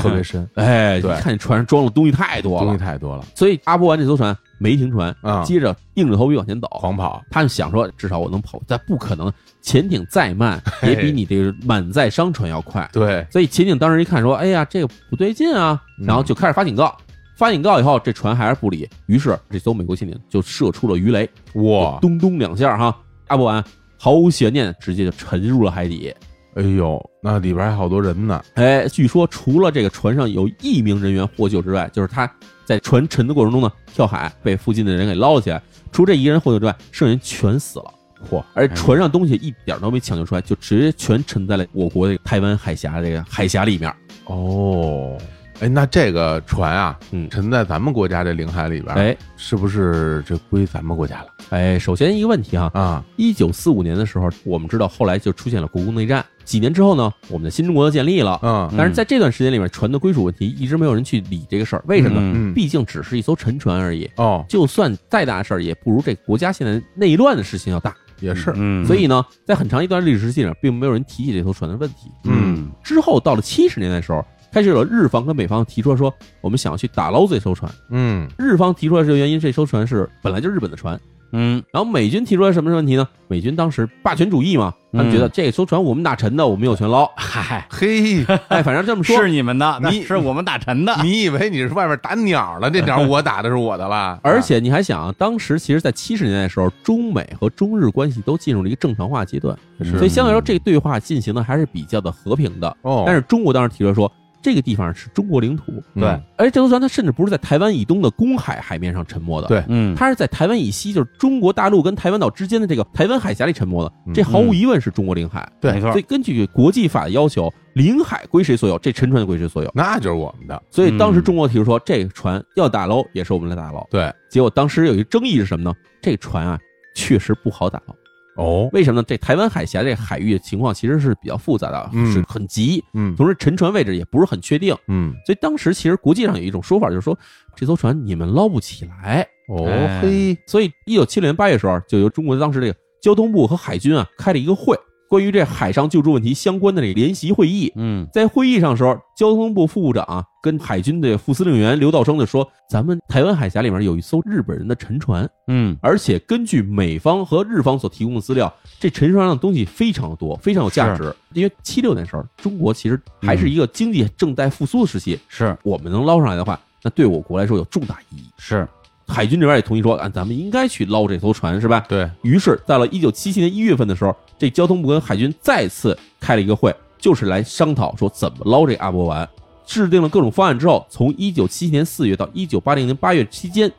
Speaker 3: 特 别深，
Speaker 1: 哎，你
Speaker 3: 对
Speaker 1: 看你船上装的东西太多
Speaker 3: 东
Speaker 1: 了，
Speaker 3: 西太多了
Speaker 1: 所以阿波完这艘船没停船，
Speaker 3: 啊，
Speaker 1: 接着硬着头皮往前走。
Speaker 3: 狂跑，
Speaker 1: 他们想说，至少我能跑，但不可能，潜艇再慢也比你这个满载商船要快。
Speaker 3: 对，
Speaker 1: 所以秦景当时一看说：“哎呀，这个不对劲啊！”
Speaker 3: 嗯
Speaker 1: 然后就开始发警告。发警告以后，这船还是不理，于是这艘美国潜艇就射出了鱼雷，
Speaker 3: 哇，
Speaker 1: 咚咚两下哈，阿波丸毫无悬念，直接就沉入了海底。
Speaker 3: 哎呦，那里边还好多人呢，
Speaker 1: 哎，据说除了这个船上有一名人员获救之外，就是他在船沉的过程中呢，跳海被附近的人给捞了起来。除这一个人获救之外，剩下人全死了。
Speaker 3: 嚯，哎
Speaker 1: 而船上东西一点都没抢救出来，就直接全沉在了我国的台湾海峡这个海峡里面。
Speaker 3: 哦，哎，那这个船啊，
Speaker 1: 嗯
Speaker 3: 沉在咱们国家这领海里边，，
Speaker 1: 哎
Speaker 3: 是不是这归咱们国家了
Speaker 1: 哎，首先一个问题哈，
Speaker 3: 啊？
Speaker 1: 一九四五年的时候，我们知道后来就出现了国共内战。几年之后呢，我们的新中国就建立了。
Speaker 3: 嗯
Speaker 1: 但是在这段时间里面，船的归属问题一直没有人去理这个事儿，为什么呢？
Speaker 3: 嗯，
Speaker 1: 毕竟只是一艘沉船而已，
Speaker 3: 哦，
Speaker 1: 就算再大的事儿，也不如这国家现在内乱的事情要大。
Speaker 3: 也是，
Speaker 2: 嗯，
Speaker 1: 所以呢，在很长一段历史时期里面，并没有人提起这艘船的问题。
Speaker 2: 嗯，
Speaker 1: 之后到了七十年代的时候，开始有日方跟美方提出来说，我们想要去打捞这艘船。
Speaker 3: 嗯，
Speaker 1: 日方提出来这个原因，这艘船是本来就日本的船，
Speaker 2: 嗯
Speaker 1: 然后美军提出来什么问题呢？美军当时霸权主义嘛，
Speaker 3: 嗯
Speaker 1: 他们觉得这艘船我们打沉的，我们有权 捞。
Speaker 2: 嗨，
Speaker 3: 嘿，
Speaker 1: 哎，反正这么说，
Speaker 2: 是你们的，那
Speaker 3: 你
Speaker 2: 是我们打沉的，
Speaker 3: 你以为你是外面打鸟了？这鸟我打的是我的了，
Speaker 1: 而且你还想啊，当时其实，在七十年代的时候，中美和中日关系都进入了一个正常化阶段，
Speaker 3: 啊是
Speaker 1: 所以相对来说，这个对话进行的还是比较的和平的。
Speaker 3: 哦，
Speaker 1: 但是中国当时提出来说，这个地方是中国领土，
Speaker 3: 嗯
Speaker 2: 对
Speaker 1: 而这艘船它甚至不是在台湾以东的公海海面上沉没的，
Speaker 3: 对
Speaker 2: 嗯，
Speaker 1: 它是在台湾以西，就是中国大陆跟台湾岛之间的这个台湾海峡里沉没的，
Speaker 3: 嗯
Speaker 1: 这毫无疑问是中国领海。
Speaker 3: 对
Speaker 2: 没错
Speaker 1: 所以，根据国际法的要求，领海归谁所有，这沉船就归谁所有。
Speaker 3: 那就是我们的，
Speaker 1: 所以
Speaker 3: 嗯
Speaker 1: 当时中国提出说，这个船要打捞也是我们来打捞。
Speaker 3: 对，
Speaker 1: 结果当时有一个争议是什么呢？这个船啊确实不好打捞，
Speaker 3: 哦，
Speaker 1: 为什么呢？这台湾海峡这海域的情况其实是比较复杂的，
Speaker 3: 嗯
Speaker 1: 是很急，
Speaker 3: 嗯
Speaker 1: 同时沉船位置也不是很确定。
Speaker 3: 嗯，
Speaker 1: 所以当时其实国际上有一种说法，就是说这艘船你们捞不起来。
Speaker 3: 哦
Speaker 2: 哎
Speaker 3: 嘿，
Speaker 1: 所以，一九七零年八月时候，就由中国当时这个交通部和海军啊开了一个会，关于这海上救助问题相关的这个联席会议。
Speaker 2: 嗯
Speaker 1: 在会议上的时候，交通部副部长、啊、跟海军的副司令员刘道生就说：“咱们台湾海峡里面有一艘日本人的沉船，
Speaker 2: 嗯，
Speaker 1: 而且根据美方和日方所提供的资料，这沉船上的东西非常多，非常有价值。因为七六年时候，中国其实还是一个经济正在复苏的时期，
Speaker 2: 是，
Speaker 1: 我们能捞上来的话，那对我国来说有重大意义。
Speaker 2: 是
Speaker 1: 海军这边也同意说，啊，咱们应该去捞这艘船，是吧？
Speaker 3: 对，
Speaker 1: 于是，到了一九七七年一月份的时候，这交通部跟海军再次开了一个会，就是来商讨说怎么捞这阿波丸。制定了各种方案之后，从一九七七年四月到一九八零年八月期间，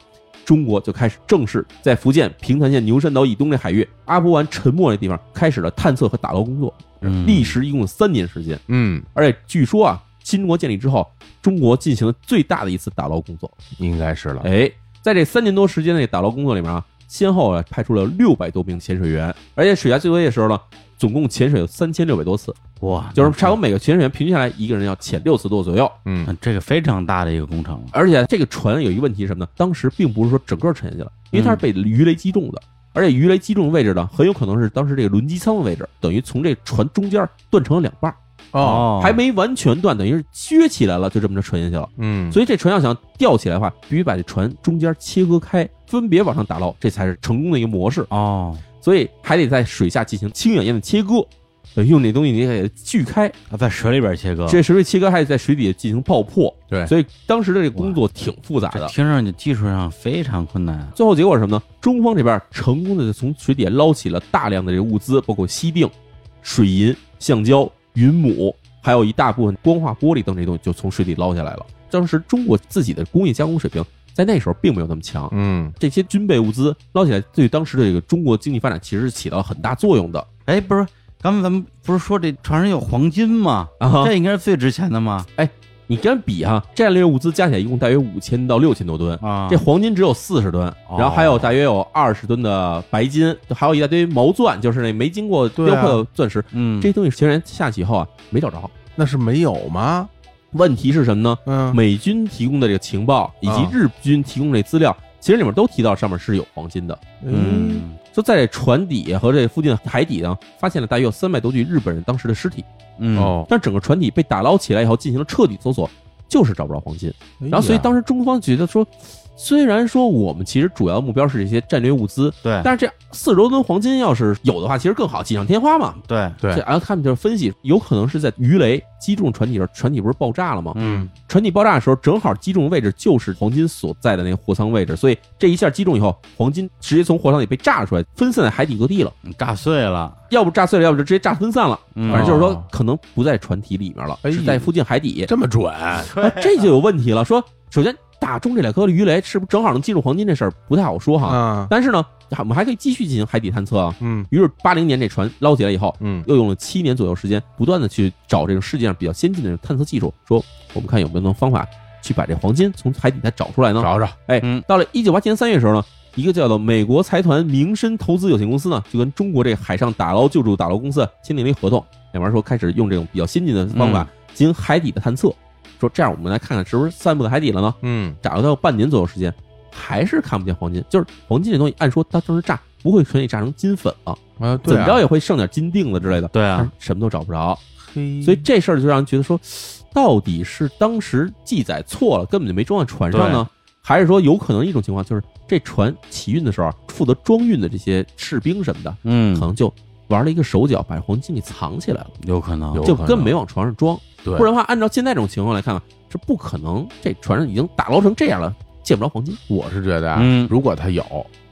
Speaker 1: 中国就开始正式在福建平潭县牛山岛以东这海域阿波丸沉没这地方开始了探测和打捞工作，
Speaker 2: 嗯
Speaker 1: 历时一共有三年时间。
Speaker 3: 嗯，
Speaker 1: 而且据说啊，新中国建立之后，中国进行了最大的一次打捞工作。
Speaker 3: 应该是了，
Speaker 1: 哎，在这三年多时间内打捞工作里面啊，先后啊派出了六百多名潜水员，而且水下最多的时候呢，总共潜水有三千六百多次，
Speaker 2: 哇，
Speaker 1: 就是差不多每个潜水员平均下来一个人要潜六次多左右。
Speaker 3: 嗯
Speaker 2: 那这个非常大的一个工程了，
Speaker 1: 而且这个船有一个问题是什么呢？当时并不是说整个沉下去了，因为它是被鱼雷击中的，而且鱼雷击中的位置呢，很有可能是当时这个轮机舱的位置，等于从这船中间断成了两半儿，
Speaker 3: 哦，
Speaker 1: 还没完全断，等于是撅起来了，就这么着沉下去了。
Speaker 3: 嗯，
Speaker 1: 所以这船要想吊起来的话，必须把这船中间切割开，分别往上打捞，这才是成功的一个模式。
Speaker 2: 哦，
Speaker 1: 所以还得在水下进行清远堰的切割，呃用那东西你得给它锯开，
Speaker 2: 它在水里边切割，
Speaker 1: 这水位切割还得在水底下进行爆破。
Speaker 3: 对
Speaker 1: 所以当时的这个工作挺复杂
Speaker 2: 这
Speaker 1: 的。
Speaker 2: 听上去技术上非常困难啊，
Speaker 1: 最后结果是什么呢？中方这边成功的从水底下捞起了大量的这个物资，包括锡锭、水银、橡胶、云母，还有一大部分光化玻璃等这些东西，就从水底捞下来了。当时中国自己的工业加工水平在那时候并没有那么强，
Speaker 3: 嗯，
Speaker 1: 这些军备物资捞起来，对于当时的这个中国经济发展其实是起到了很大作用的
Speaker 2: 哎，不是，刚才咱们不是说这船上有黄金吗？
Speaker 1: 啊
Speaker 2: 这应该是最值钱的吗？
Speaker 1: 你跟比哈，战略物资加起来一共大约五千到六千多吨，
Speaker 2: 啊，
Speaker 1: 这黄金只有四十吨，
Speaker 2: 哦
Speaker 1: 然后还有大约有二十吨的白金，还有一大堆毛钻，就是那没经过雕
Speaker 3: 对啊
Speaker 1: 刻的钻石。
Speaker 2: 嗯，
Speaker 1: 这些东西前人下去以后啊，没找着。
Speaker 3: 那是没有吗？
Speaker 1: 问题是什么呢？
Speaker 3: 嗯，
Speaker 1: 美军提供的这个情报以及
Speaker 3: 啊
Speaker 1: 日军提供的资料，其实里面都提到上面是有黄金的。
Speaker 3: 哎
Speaker 2: 嗯，
Speaker 1: 就在这船底下和这附近的海底呢，发现了大约有三百多具日本人当时的尸体。
Speaker 2: 嗯
Speaker 3: 哦，
Speaker 1: 但整个船体被打捞起来以后，进行了彻底搜索，就是找不着黄金。
Speaker 3: 然
Speaker 1: 嗯然后，所以当时中方觉得说，虽然说我们其实主要目标是这些战略物资，
Speaker 2: 对
Speaker 1: 但是这四十多吨黄金要是有的话，其实更好，锦上添花嘛。
Speaker 2: 对，
Speaker 3: 对
Speaker 1: 这，然后他们就是分析，有可能是在鱼雷击中船体时，船体不是爆炸了吗？
Speaker 2: 嗯
Speaker 1: 船体爆炸的时候，正好击中的位置就是黄金所在的那个货舱位置，所以这一下击中以后，黄金直接从货舱里被炸出来，分散在海底各地了。
Speaker 2: 炸碎了，
Speaker 1: 要不炸碎了，要不就直接炸分散了。
Speaker 2: 嗯
Speaker 1: 反正就是说
Speaker 3: 哦，
Speaker 1: 可能不在船体里面了，
Speaker 3: 哎
Speaker 1: 是在附近海底。
Speaker 3: 这么准，
Speaker 1: 啊，这就有问题了。说首先打中这两颗鱼雷，是不是正好能击中黄金这事儿不太好说哈。
Speaker 3: 啊，
Speaker 1: 但是呢，我们还可以继续进行海底探测啊。
Speaker 3: 嗯
Speaker 1: 于是八零年这船捞起来以后，
Speaker 3: 嗯，
Speaker 1: 又用了七年左右时间，不断的去找这种世界上比较先进的探测技术，说我们看有没有能方法去把这黄金从海底再找出来呢？
Speaker 3: 找找，
Speaker 1: 哎
Speaker 2: 嗯，
Speaker 1: 到了一九八七年三月的时候呢，一个叫做美国财团明深投资有限公司呢，就跟中国这海上打捞救助打捞公司啊签订了一合同，两边说开始用这种比较先进的方法进行海底的探测，说这样我们来看看是不是散布在海底了呢？
Speaker 3: 嗯，
Speaker 1: 找了到半年左右时间，还是看不见黄金，就是黄金这东西，按说它当时炸不会全给炸成金粉了，
Speaker 3: 啊，
Speaker 1: 怎
Speaker 3: 对
Speaker 1: 么着也会剩点金锭子之类的。
Speaker 2: 对
Speaker 1: 但
Speaker 2: 啊
Speaker 1: 是，什么都找不着，
Speaker 3: 着
Speaker 1: 所以这事儿就让人觉得说，到底是当时记载错了，根本就没装在船上呢，还是说有可能一种情况就是这船起运的时候，啊负责装运的这些士兵什么的，可
Speaker 2: 嗯，
Speaker 1: 能就玩了一个手脚，把黄金给藏起来了，
Speaker 2: 有可能，
Speaker 3: 有
Speaker 1: 就
Speaker 3: 可能
Speaker 1: 根本没往船上装。
Speaker 3: 对，
Speaker 1: 不然的话，按照现在这种情况来看啊，这不可能，这船上已经打捞成这样了，见不着黄金。
Speaker 3: 我是觉得啊，
Speaker 2: 嗯
Speaker 3: 如果他有，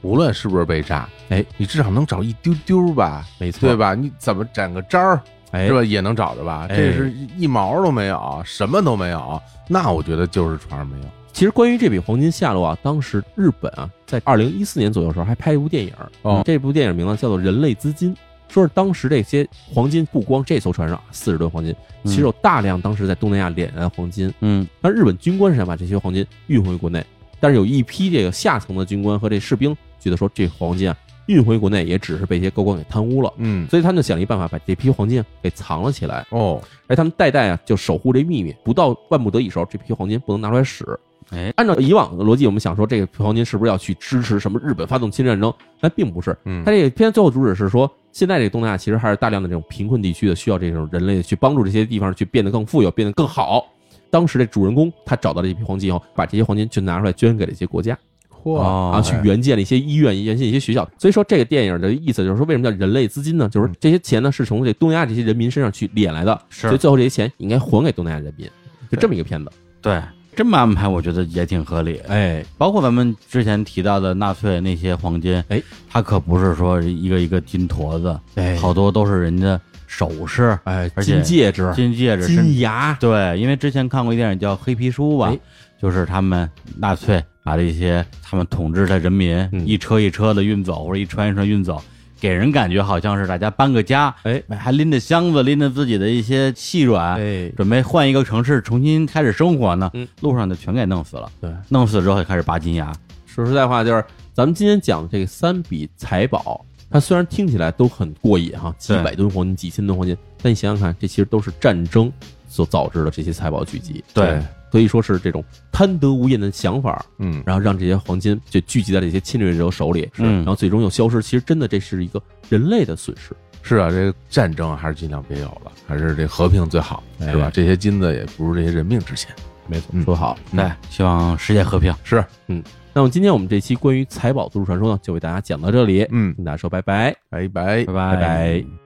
Speaker 3: 无论是不是被炸，
Speaker 1: 哎，
Speaker 3: 你至少能找一丢丢吧，
Speaker 1: 没错，
Speaker 3: 对？吧？你怎么展个渣儿
Speaker 1: 哎
Speaker 3: 是，吧，也能找着吧？
Speaker 1: 哎
Speaker 3: 这是一毛都没有，什么都没有，那我觉得就是船上没有。
Speaker 1: 其实关于这笔黄金下落啊，当时日本啊，在二零一四年左右的时候还拍一部电影，
Speaker 3: 哦
Speaker 1: 这部电影名字叫做《人类资金》，说是当时这些黄金不光这艘船上四十吨黄金，
Speaker 2: 嗯
Speaker 1: 其实有大量当时在东南亚敛来的黄金，
Speaker 2: 嗯
Speaker 1: 但日本军官是想把这些黄金运回国内，但是有一批这个下层的军官和这士兵觉得说这黄金啊运回国内也只是被一些高官给贪污了，
Speaker 3: 嗯，
Speaker 1: 所以他们就想了一办法把这批黄金啊给藏了起来。
Speaker 3: 哦，
Speaker 1: 而他们代代啊就守护这秘密，不到万不得已时候，这批黄金不能拿出来使。
Speaker 2: 哎，
Speaker 1: 按照以往的逻辑，我们想说这个黄金是不是要去支持什么日本发动侵略战争？但并不是，
Speaker 3: 嗯
Speaker 1: 它，这个片最后主旨是说，现在这个东南亚其实还是大量的这种贫困地区的，需要这种人类去帮助这些地方去变得更富有，变得更好。当时这主人公他找到这批黄金以后，把这些黄金就拿出来捐给了一些国家，
Speaker 3: 嚯
Speaker 2: 哦
Speaker 1: 啊，去援建了一些医院，援建一些学校。所以说这个电影的意思就是说，为什么叫人类资金呢？就是这些钱呢是从这东南亚这些人民身上去敛来的，
Speaker 2: 是
Speaker 1: 所以最后这些钱应该还给东南亚人民，就这么一个片子。
Speaker 2: 对，这么安排，我觉得也挺合理。
Speaker 1: 哎，
Speaker 2: 包括咱们之前提到的纳粹那些黄金，
Speaker 1: 哎，
Speaker 2: 它可不是说一个一个金坨子，
Speaker 1: 哎
Speaker 2: 好多都是人家首饰、
Speaker 1: 哎，
Speaker 2: 而且
Speaker 1: 金戒指、
Speaker 2: 金戒指、甚
Speaker 1: 金牙，
Speaker 2: 对，因为之前看过一电影叫《黑皮书》吧，
Speaker 1: 哎
Speaker 2: 就是他们纳粹把这些他们统治的人民、
Speaker 1: 嗯
Speaker 2: 一车一车的运走，或者一船一船运走，给人感觉好像是大家搬个家，
Speaker 1: 哎
Speaker 2: 还拎着箱子，拎着自己的一些细软，
Speaker 1: 哎，
Speaker 2: 准备换一个城市重新开始生活呢。
Speaker 1: 嗯
Speaker 2: 路上就全给弄死了，
Speaker 1: 对，
Speaker 2: 弄死之后就开始拔金牙。
Speaker 1: 说实在话，就是咱们今天讲的这三笔财宝，它虽然听起来都很过瘾哈，几
Speaker 2: 对
Speaker 1: 百吨黄金、几千吨黄金，但你想想看，这其实都是战争所导致的这些财宝聚集。
Speaker 2: 对，
Speaker 1: 所以说是这种贪得无厌的想法，
Speaker 3: 嗯，
Speaker 1: 然后让这些黄金就聚集在这些侵略者手里，
Speaker 2: 是
Speaker 1: 然后最终又消失。其实真的这是一个人类的损失。
Speaker 3: 是啊，这个战争还是尽量别有了，还是这和平最好，是吧？
Speaker 1: 哎
Speaker 3: 这些金子也不如这些人命值钱。
Speaker 1: 没错
Speaker 3: 嗯
Speaker 1: 说得好。
Speaker 2: 对，希望世界和平。
Speaker 3: 是，
Speaker 1: 那么今天我们这期关于财宝都市传说呢，就为大家讲到这里，
Speaker 3: 嗯，
Speaker 1: 跟大家说拜拜。
Speaker 3: 拜
Speaker 2: 拜。
Speaker 3: 拜
Speaker 1: 拜拜